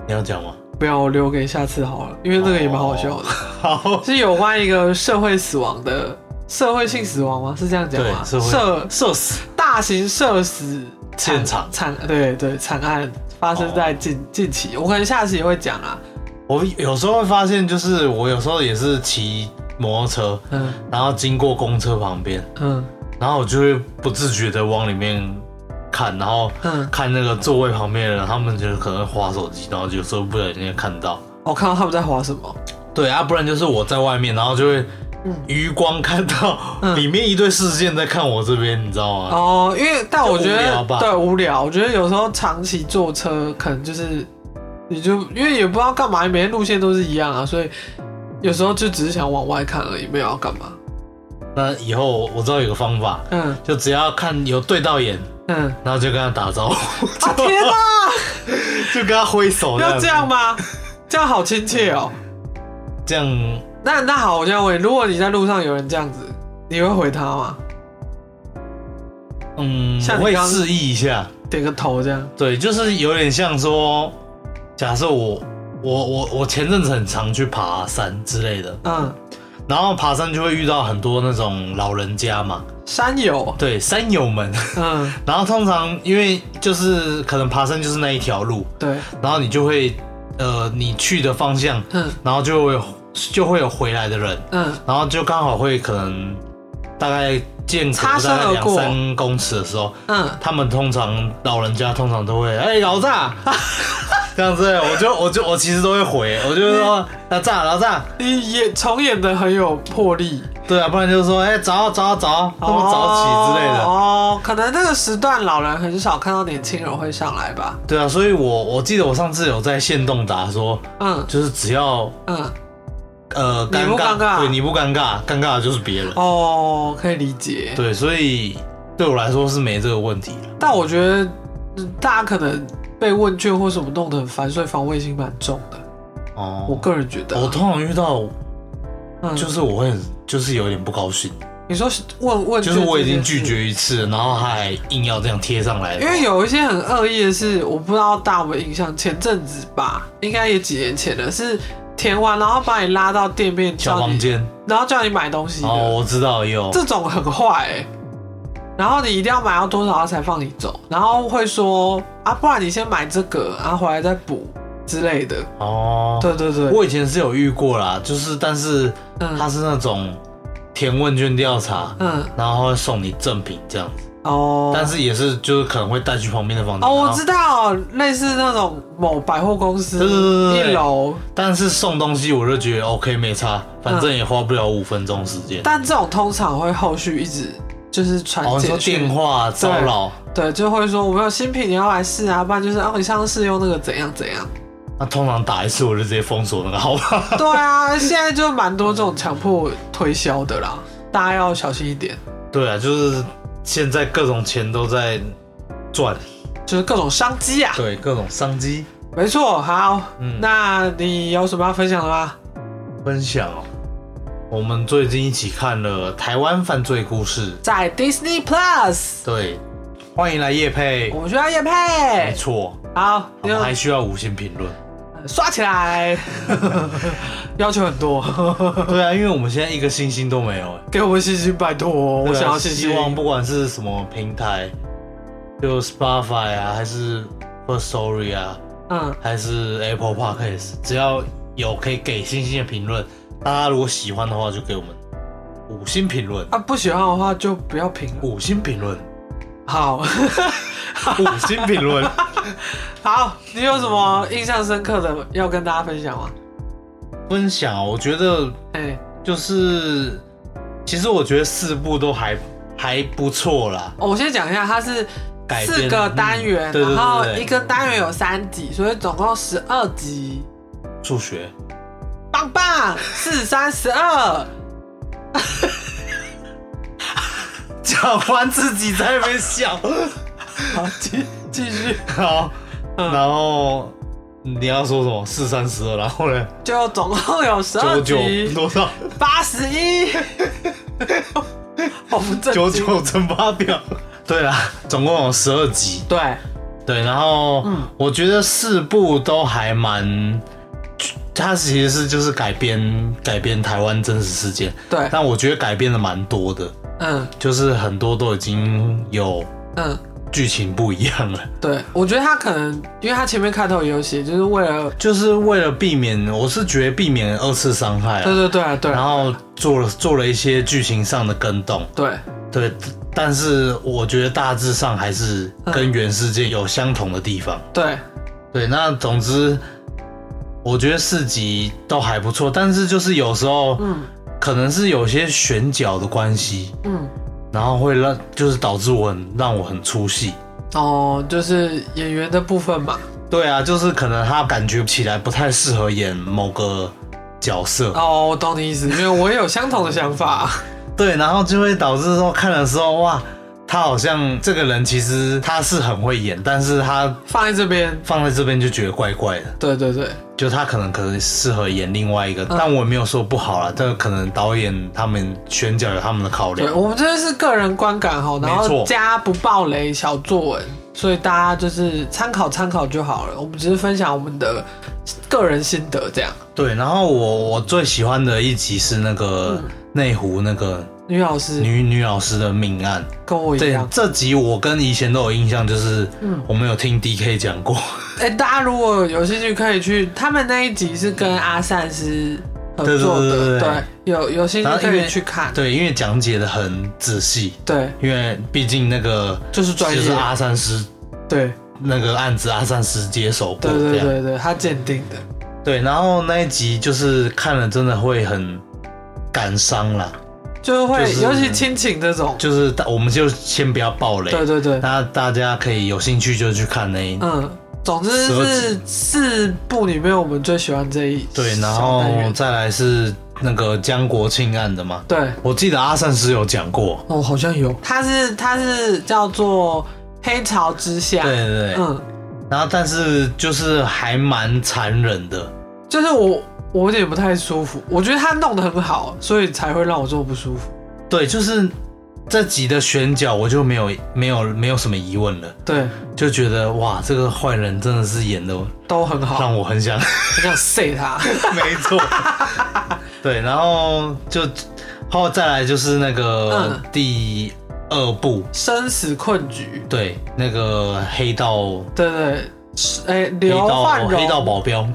Speaker 2: 你要讲吗？
Speaker 1: 不要我留给下次好了，因为这个也蛮好笑的，
Speaker 2: 哦好，
Speaker 1: 是有关一个社会死亡的社会性死亡吗？是这样讲
Speaker 2: 对
Speaker 1: 吗？，
Speaker 2: 社会
Speaker 1: 社
Speaker 2: 社死，
Speaker 1: 大型社死惨
Speaker 2: 现场
Speaker 1: 惨对对惨案发生在近、近期，我可能下次也会讲啊。
Speaker 2: 我有时候会发现，就是我有时候也是骑摩托车，
Speaker 1: 嗯
Speaker 2: 然后经过公车旁边，
Speaker 1: 嗯
Speaker 2: 然后我就会不自觉的往里面看，然后
Speaker 1: 嗯，
Speaker 2: 看那个座位旁边的人，他们就可能划手机，然后有时候不小心看到。
Speaker 1: 我哦看到他们在划什么，
Speaker 2: 对啊，不然就是我在外面，然后就会余光看到
Speaker 1: 嗯
Speaker 2: 里面一对视线在看我这边，你知道吗？
Speaker 1: 哦，因为但我觉
Speaker 2: 就无聊
Speaker 1: 得
Speaker 2: 吧
Speaker 1: 对无聊，我觉得有时候长期坐车可能就是，你就因为也不知道干嘛，每天路线都是一样啊，所以有时候就只是想往外看而已，没有要干嘛。
Speaker 2: 那以后我知道有个方法，
Speaker 1: 嗯
Speaker 2: 就只要看有对到眼，
Speaker 1: 嗯，
Speaker 2: 然后就跟他打招 呼，
Speaker 1: 啊 天哪，
Speaker 2: 就跟他挥手。
Speaker 1: 要这样
Speaker 2: 吗？
Speaker 1: 吗？这样好亲切哦。
Speaker 2: 这样
Speaker 1: 那那好，我这样问你，如果你在路上有人这样子，你会回他吗？
Speaker 2: 嗯，
Speaker 1: 像
Speaker 2: 我
Speaker 1: 你
Speaker 2: 会
Speaker 1: 刚
Speaker 2: 示意一下。
Speaker 1: 点个头这样？
Speaker 2: 对，就是有点像说，假设我我我我前阵子很常去爬山之类的，
Speaker 1: 嗯，
Speaker 2: 然后爬山就会遇到很多那种老人家嘛，
Speaker 1: 山友，
Speaker 2: 对，山友们。
Speaker 1: 嗯，
Speaker 2: 然后通常因为就是可能爬山就是那一条路，
Speaker 1: 对，
Speaker 2: 然后你就会呃你去的方向，
Speaker 1: 嗯
Speaker 2: 然后就会有就会有回来的人，
Speaker 1: 嗯
Speaker 2: 然后就刚好会可能大概间隔
Speaker 1: 擦身
Speaker 2: 大概
Speaker 1: 而
Speaker 2: 两
Speaker 1: 过
Speaker 2: 三公尺的时候，
Speaker 1: 嗯，
Speaker 2: 他们通常老人家通常都会，哎、老炸， 这样子，我就我就我其实都会回，我就说老炸老炸，
Speaker 1: 你演重演的很有魄力。
Speaker 2: 对啊，不然就是说，哎、早早早，那么早起之类的，
Speaker 1: 哦，哦可能那个时段老人很少看到年轻人会上来吧。
Speaker 2: 对啊，所以我我记得我上次有在线动答说，
Speaker 1: 嗯
Speaker 2: 就是只要
Speaker 1: 嗯，
Speaker 2: 呃
Speaker 1: 你
Speaker 2: 尴
Speaker 1: 不
Speaker 2: 尬，
Speaker 1: 尴尬
Speaker 2: 对你不尴尬，尴尬的就是别人，
Speaker 1: 哦，可以理解。
Speaker 2: 对，所以对我来说是没这个问题的，
Speaker 1: 但我觉得嗯大家可能被问卷或什么弄得很烦，所以防卫心蛮重的。
Speaker 2: 哦，
Speaker 1: 我个人觉得啊，
Speaker 2: 我通常遇到
Speaker 1: 嗯
Speaker 2: 就是我会很就是有点不高兴。
Speaker 1: 你说是问问，
Speaker 2: 就是我已经拒。绝一次，然后他还硬要这样贴上来，
Speaker 1: 因为有一些很恶意的是，我不知道大家有没有印象，前阵子吧，应该也几年前了，是填完然后把你拉到店面
Speaker 2: 小
Speaker 1: 叫
Speaker 2: 房
Speaker 1: 你，
Speaker 2: 间。
Speaker 1: 然后叫你买东西的。
Speaker 2: 哦，我知道有，
Speaker 1: 这种很坏、欸。然后你一定要买到多少他才放你走，然后会说啊，不然你先买这个，然后回来再补之类的。
Speaker 2: 哦，
Speaker 1: 对对对，
Speaker 2: 我以前是有遇过啦，就是但是他
Speaker 1: 嗯
Speaker 2: 是那种填问卷调查，
Speaker 1: 嗯
Speaker 2: 然后会送你赠品这样子，
Speaker 1: 哦，
Speaker 2: 但是也是就是可能会带去旁边的房间。
Speaker 1: 哦，
Speaker 2: 然
Speaker 1: 我
Speaker 2: 后
Speaker 1: 知道，类似那种某百货公司
Speaker 2: 对对对对对
Speaker 1: 一楼，
Speaker 2: 但是送东西我就觉得 OK 没差，反正也花不了五分钟时间。
Speaker 1: 嗯但这种通常会后续一直就是传
Speaker 2: 哦，你说
Speaker 1: 简讯
Speaker 2: 电，话骚扰，
Speaker 1: 对，就会说我们有新品，你要来试啊，不然就是哦，你上次用那个怎样怎 样。
Speaker 2: 那通常打一次我就直接封锁那个号码。
Speaker 1: 对啊，现在就蛮多这种强迫推销的啦，大家要小心一点。
Speaker 2: 对啊，就是现在各种钱都在赚，
Speaker 1: 就是各种商机啊。
Speaker 2: 对各种商机
Speaker 1: 没错，好，
Speaker 2: 嗯
Speaker 1: 那你有什么要分享的吗？
Speaker 2: 分享哦。我们最近一起看了台湾犯罪故事，
Speaker 1: 在 Disney Plus，
Speaker 2: 对，欢迎来夜配，
Speaker 1: 我们需要叶
Speaker 2: 没
Speaker 1: 配，
Speaker 2: 错，
Speaker 1: 好，
Speaker 2: 我
Speaker 1: 你
Speaker 2: 们
Speaker 1: 就
Speaker 2: 还需要五星评论。
Speaker 1: 刷起来， 要求很多，
Speaker 2: 对啊，因为我们现在一个星星都没有，
Speaker 1: 给我们信心，拜托，我
Speaker 2: 对啊
Speaker 1: 想要信
Speaker 2: 希
Speaker 1: 心。
Speaker 2: 望不管是什么平台，就 Spotify 啊，还是 First Story 啊，
Speaker 1: 嗯，
Speaker 2: 还是 Apple Podcast，只要有可以给星星的评论，大家如果喜欢的话，就给我们五星评论，
Speaker 1: 啊，不喜欢的话就不要评了。
Speaker 2: 五星评论，
Speaker 1: 好，
Speaker 2: 五星评论。
Speaker 1: 好，你有什么印象深刻的要跟大家分享吗？
Speaker 2: 分享哦，我觉得
Speaker 1: 哎，
Speaker 2: 就是，其实我觉得四部都还还不错啦。
Speaker 1: 哦我先讲一下，它是
Speaker 2: 改编
Speaker 1: 四个单元
Speaker 2: 嗯，对对对
Speaker 1: 然后
Speaker 2: 对对
Speaker 1: 一个单元有三集，所以总共十二集。
Speaker 2: 数学
Speaker 1: 棒棒，四三十二。
Speaker 2: 讲完自己在那边笑。
Speaker 1: 好，继继续，
Speaker 2: 好，然后你要说什么？四三十二，然后呢？
Speaker 1: 就总共有十二
Speaker 2: 九九
Speaker 1: 集，
Speaker 2: 多少？
Speaker 1: 八十一， 我不正
Speaker 2: 九
Speaker 1: 经
Speaker 2: 九乘法表。对啦，总共有十二集。
Speaker 1: 对，
Speaker 2: 对，然后、
Speaker 1: 嗯
Speaker 2: 我觉得四部都还蛮，它其实是就是改编改编台湾真实事件，
Speaker 1: 对，
Speaker 2: 但我觉得改编的蛮多的，
Speaker 1: 嗯
Speaker 2: 就是很多都已经有
Speaker 1: 嗯，
Speaker 2: 剧情不一样了，
Speaker 1: 对，我觉得他可能，因为他前面开头也有写，就是为了，
Speaker 2: 就是为了避免，我是觉得避免二次伤害、
Speaker 1: 对
Speaker 2: 啊，
Speaker 1: 对对对
Speaker 2: 然后做了做了一些剧情上的跟动，
Speaker 1: 对，
Speaker 2: 对，但是我觉得大致上还是
Speaker 1: 嗯
Speaker 2: 跟原世界有相同的地方。
Speaker 1: 对，
Speaker 2: 对，那总之，我觉得四集都还不错，但是就是有时候
Speaker 1: 嗯
Speaker 2: 可能是有些选角的关系，
Speaker 1: 嗯，
Speaker 2: 然后会让就是导致我很让我很出戏。
Speaker 1: 哦，就是演员的部分嘛，
Speaker 2: 对啊，就是可能他感觉起来不太适合演某个角色，
Speaker 1: 哦，我懂你意思，因为我也有相同的想法，
Speaker 2: 对，然后就会导致说看的时候哇，他好像这个人其实他是很会演，但是他
Speaker 1: 放在这边，
Speaker 2: 放在这边就觉得怪怪的。
Speaker 1: 对对对，
Speaker 2: 就他可能可能适合演另外一
Speaker 1: 嗯
Speaker 2: 个，但我也没有说不好啦，这可能导演他们选角有他们的考
Speaker 1: 对
Speaker 2: 量。
Speaker 1: 我们这是个人观感哈，然
Speaker 2: 没
Speaker 1: 后
Speaker 2: 错
Speaker 1: 加不爆雷小作文，所以大家就是参考参考就好了。我们只是分享我们的个人心得，这样。
Speaker 2: 对，然后我我最喜欢的一集是那个
Speaker 1: 嗯
Speaker 2: 内湖那个
Speaker 1: 女老师
Speaker 2: 女女老师的命案。
Speaker 1: 跟我一
Speaker 2: 对
Speaker 1: 样，，
Speaker 2: 这集我跟以前都有印象，就是
Speaker 1: 嗯
Speaker 2: 我们有听 D K 讲过，
Speaker 1: 哎、大家如果有兴趣可以去，他们那一集是跟阿善是合作的，
Speaker 2: 对对对对对
Speaker 1: 有有兴
Speaker 2: 然
Speaker 1: 趣
Speaker 2: 后因
Speaker 1: 可
Speaker 2: 为
Speaker 1: 以去看，
Speaker 2: 对，因为讲解的很仔细，
Speaker 1: 对，
Speaker 2: 因为毕竟那个
Speaker 1: 就是专
Speaker 2: 就
Speaker 1: 业，
Speaker 2: 是阿三师
Speaker 1: 对
Speaker 2: 那个案子阿三师接手过，
Speaker 1: 对
Speaker 2: 这样。
Speaker 1: 对对对，他鉴定的，
Speaker 2: 对，然后那一集就是看了真的会很感伤啦，
Speaker 1: 就是会，
Speaker 2: 就是
Speaker 1: 尤其亲情这种，
Speaker 2: 就是大我们就先不要暴雷，
Speaker 1: 对对对，
Speaker 2: 那大家可以有兴趣就去看那一、
Speaker 1: 嗯，总之
Speaker 2: 蛇
Speaker 1: 是四部里面我们最喜欢这一
Speaker 2: 对，然
Speaker 1: 小单
Speaker 2: 后
Speaker 1: 元
Speaker 2: 再来是那个江国庆案的嘛，
Speaker 1: 对
Speaker 2: 我记得阿善师有讲过，
Speaker 1: 哦，好像有，它是它是叫做黑潮之下，
Speaker 2: 对对对，
Speaker 1: 嗯，
Speaker 2: 然后但是就是还蛮残忍的，
Speaker 1: 就是我我有点不太舒服，我觉得他弄得很好，所以才会让我这么不舒服。
Speaker 2: 对，就是这集的选角我就没有没有没有什么疑问了，
Speaker 1: 对，
Speaker 2: 就觉得哇，这个坏人真的是演的
Speaker 1: 都很好，
Speaker 2: 让我很想。
Speaker 1: 很想 say 他。
Speaker 2: 没错，对，然后就后再来就是那个
Speaker 1: 嗯
Speaker 2: 第二部，
Speaker 1: 生死困局，
Speaker 2: 对，那个黑道
Speaker 1: 对对，是哎、
Speaker 2: 黑
Speaker 1: 刘
Speaker 2: 道
Speaker 1: 焕
Speaker 2: 黑道
Speaker 1: 荣，
Speaker 2: 保镖，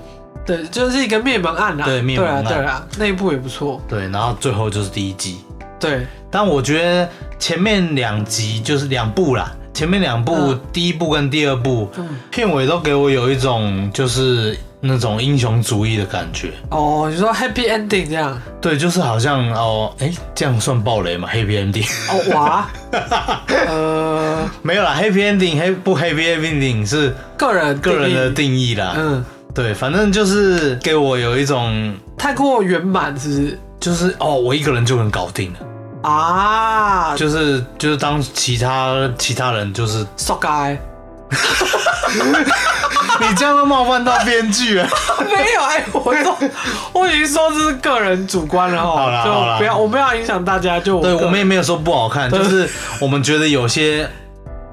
Speaker 1: 对，就是一个灭门案啦，
Speaker 2: 对灭门案
Speaker 1: 对啊对啊，那一部也不错，
Speaker 2: 对，然后最后就是第一季，
Speaker 1: 对，
Speaker 2: 但我觉得前面两集就是两部啦。前面两部，
Speaker 1: 嗯
Speaker 2: 第一部跟第二部，
Speaker 1: 嗯
Speaker 2: 片尾都给我有一种就是那种英雄主义的感觉。
Speaker 1: 哦，你说 happy ending 这样，
Speaker 2: 对，就是好像哦，哎、这样算暴雷吗？Happy ending？
Speaker 1: 哦哇，呃，
Speaker 2: 没有啦，Happy ending，黑不 Happy ending 是
Speaker 1: 个人
Speaker 2: 个人的
Speaker 1: 定义，
Speaker 2: 定义啦。
Speaker 1: 嗯，
Speaker 2: 对，反正就是给我有一种，
Speaker 1: 太过圆满是不是？
Speaker 2: 就是哦，我一个人就能搞定了，
Speaker 1: 啊，就
Speaker 2: 就是就是当其他其他人就是
Speaker 1: so guy，
Speaker 2: 你这样会冒犯到编剧 啊。
Speaker 1: 没有哎、我都我已经说这是个人主观了
Speaker 2: 好啦好
Speaker 1: 哈，
Speaker 2: 啦
Speaker 1: 就不要我们要影响大家，就
Speaker 2: 对
Speaker 1: 个
Speaker 2: 我们也没有说不好看，就是我们觉得有些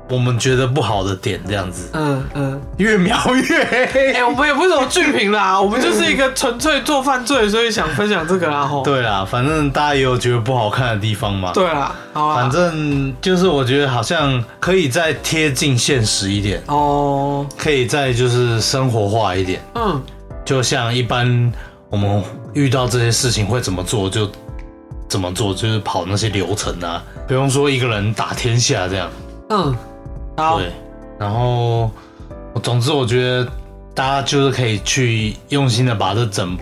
Speaker 2: 我们觉得不好的点这样子，
Speaker 1: 嗯嗯，
Speaker 2: 越描越
Speaker 1: 哎、
Speaker 2: 黑。
Speaker 1: 我们也不是什么剧评啦，我们就是一个纯粹做犯罪，所以想分享这个啦吼。
Speaker 2: 对啦，反正大家也有觉得不好看的地方嘛。
Speaker 1: 对啦，好啦，
Speaker 2: 反正就是我觉得好像可以再贴近现实一点，
Speaker 1: 哦，
Speaker 2: 可以再就是生活化一点。
Speaker 1: 嗯，
Speaker 2: 就像一般我们遇到这些事情会怎么做就怎么做，就是跑那些流程啊，不用说一个人打天下这样。
Speaker 1: 嗯，好，
Speaker 2: 对，然后我总之我觉得大家就是可以去用心的把这整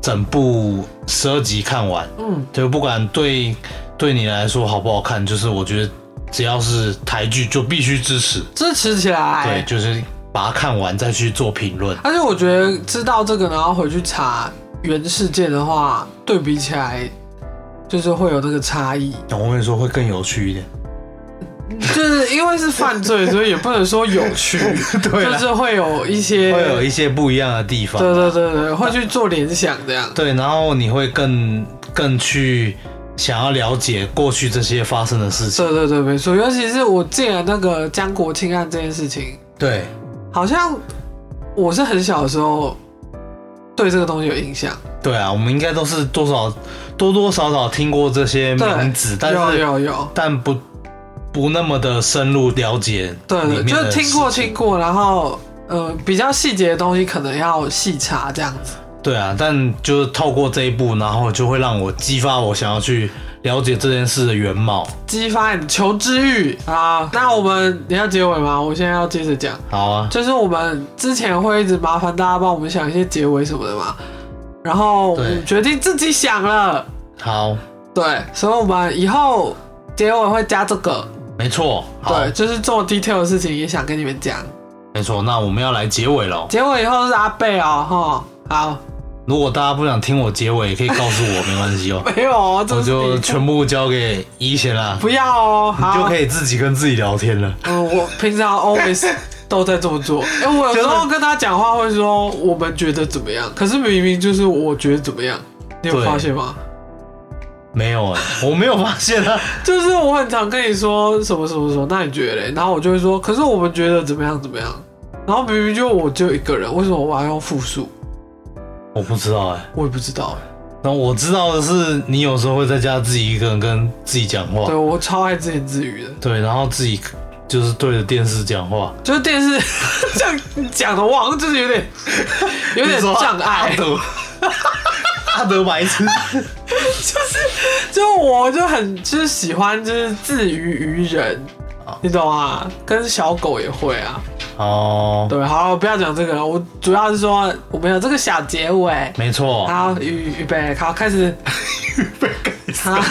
Speaker 2: 整部十二集看完，
Speaker 1: 嗯，
Speaker 2: 就不管对对你来说好不好看，就是我觉得只要是台剧就必须支持，
Speaker 1: 支持起
Speaker 2: 对，
Speaker 1: 来。
Speaker 2: 就是把它看完再去做评论。
Speaker 1: 而且我觉得知道这个，然后回去查原事件的话，对比起来，就是会有这个差异，
Speaker 2: 我跟你说会更有趣一点。
Speaker 1: 就是因为是犯罪，所以也不能说有趣，
Speaker 2: 对
Speaker 1: 就
Speaker 2: 啦，
Speaker 1: 是会有一些，
Speaker 2: 会有一些不一样的地方。
Speaker 1: 对对对对，会去做联想这样。
Speaker 2: 对，然后你会更更去想要了解过去这些发生的事情。
Speaker 1: 对对对，没错，尤其是我进了那个江国庆案这件事情，
Speaker 2: 对，
Speaker 1: 好像我是很小的时候对这个东西有印象，
Speaker 2: 对啊，我们应该都是多少多多少少听过这些名字，但
Speaker 1: 有
Speaker 2: 是
Speaker 1: 有有，
Speaker 2: 但不不那么的深入了解
Speaker 1: 对
Speaker 2: 里
Speaker 1: 对，
Speaker 2: 面
Speaker 1: 就
Speaker 2: 的
Speaker 1: 是听过
Speaker 2: 事情
Speaker 1: 听过，然后呃比较细节的东西可能要细查这样子。
Speaker 2: 对啊，但就是透过这一步，然后就会让我激发我想要去了解这件事的原貌。
Speaker 1: 激发你的求知欲啊！那我们你要结尾吗？我现在要接着讲，
Speaker 2: 好啊，
Speaker 1: 就是我们之前会一直麻烦大家帮我们想一些结尾什么的嘛，然后我
Speaker 2: 对
Speaker 1: 们决定自己想了，
Speaker 2: 好，
Speaker 1: 对，所以我们以后结尾会加这个，
Speaker 2: 没错，好
Speaker 1: 对，，就是做 detail 的事情也想跟你们讲。
Speaker 2: 没错。那我们要来结尾了。
Speaker 1: 结尾以后是阿贝哦，哈，好，
Speaker 2: 如果大家不想听我结尾，也可以告诉我，没关系 哦。
Speaker 1: 没有哦，这
Speaker 2: 我
Speaker 1: 是
Speaker 2: 就
Speaker 1: 你
Speaker 2: 全部交给怡贤啦，
Speaker 1: 不要哦，
Speaker 2: 你就
Speaker 1: 好
Speaker 2: 可，以自己跟自己聊天了。
Speaker 1: 嗯，我平 常 always 都在这么做，因为我有时候跟他讲话会说我们觉得怎么样，可是明明就是我觉得怎么样，你有
Speaker 2: 对
Speaker 1: 发现吗？
Speaker 2: 没有哎、我没有发现啊。
Speaker 1: 就是我很常跟你说什么什么什么，那你觉得嘞？然后我就会说，可是我们觉得怎么样怎么样，然后明明就我只有一个人，为什么我还要用复数？
Speaker 2: 我不知道哎、
Speaker 1: 我也不知道，
Speaker 2: 那我知道的是，你有时候会在家自己一个人跟自己讲话
Speaker 1: 对，我超爱自言自语的，
Speaker 2: 对，然后自己就是对着电视讲话，
Speaker 1: 就是电视 这样讲的，我好像就是有点有点
Speaker 2: 你说
Speaker 1: 障碍
Speaker 2: 阿。 德，阿德白痴，
Speaker 1: 就我就很就是喜欢就是自娱于人
Speaker 2: 好，
Speaker 1: 你懂啊？跟小狗也会啊。
Speaker 2: 哦，
Speaker 1: 对，好，不要讲这个了。我主要是说我们有这个小结尾。
Speaker 2: 没错，
Speaker 1: 好，预预备，好，开始。啊 好，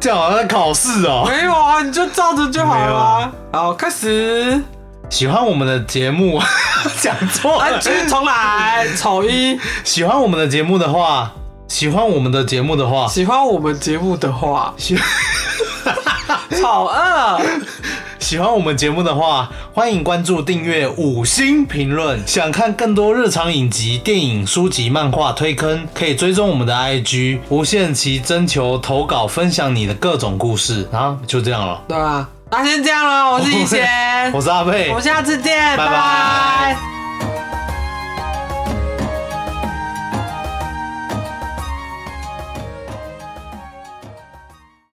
Speaker 2: 这样好像在考试哦。
Speaker 1: 没有啊，你就照着就好
Speaker 2: 没有
Speaker 1: 了
Speaker 2: 啊
Speaker 1: 啊。好，开始。
Speaker 2: 喜欢我们的节目， 讲错
Speaker 1: 来，
Speaker 2: 了
Speaker 1: 继。续重来。丑一，
Speaker 2: 喜欢我们的节目的话，喜欢我们的节目的话，
Speaker 1: 喜欢我们节目的话，
Speaker 2: 喜
Speaker 1: 丑二，
Speaker 2: 喜欢我们节目的话，欢迎关注、订阅、五星评论。想看更多日常影集、电影、书籍、漫画推坑，可以追踪我们的 IG 无限期征求投稿，分享你的各种故事。然后就这样了，
Speaker 1: 啊对吧？那先这样了，我是一贤，
Speaker 2: 我是阿佩，
Speaker 1: 我们下次见，
Speaker 2: 拜拜
Speaker 1: 拜拜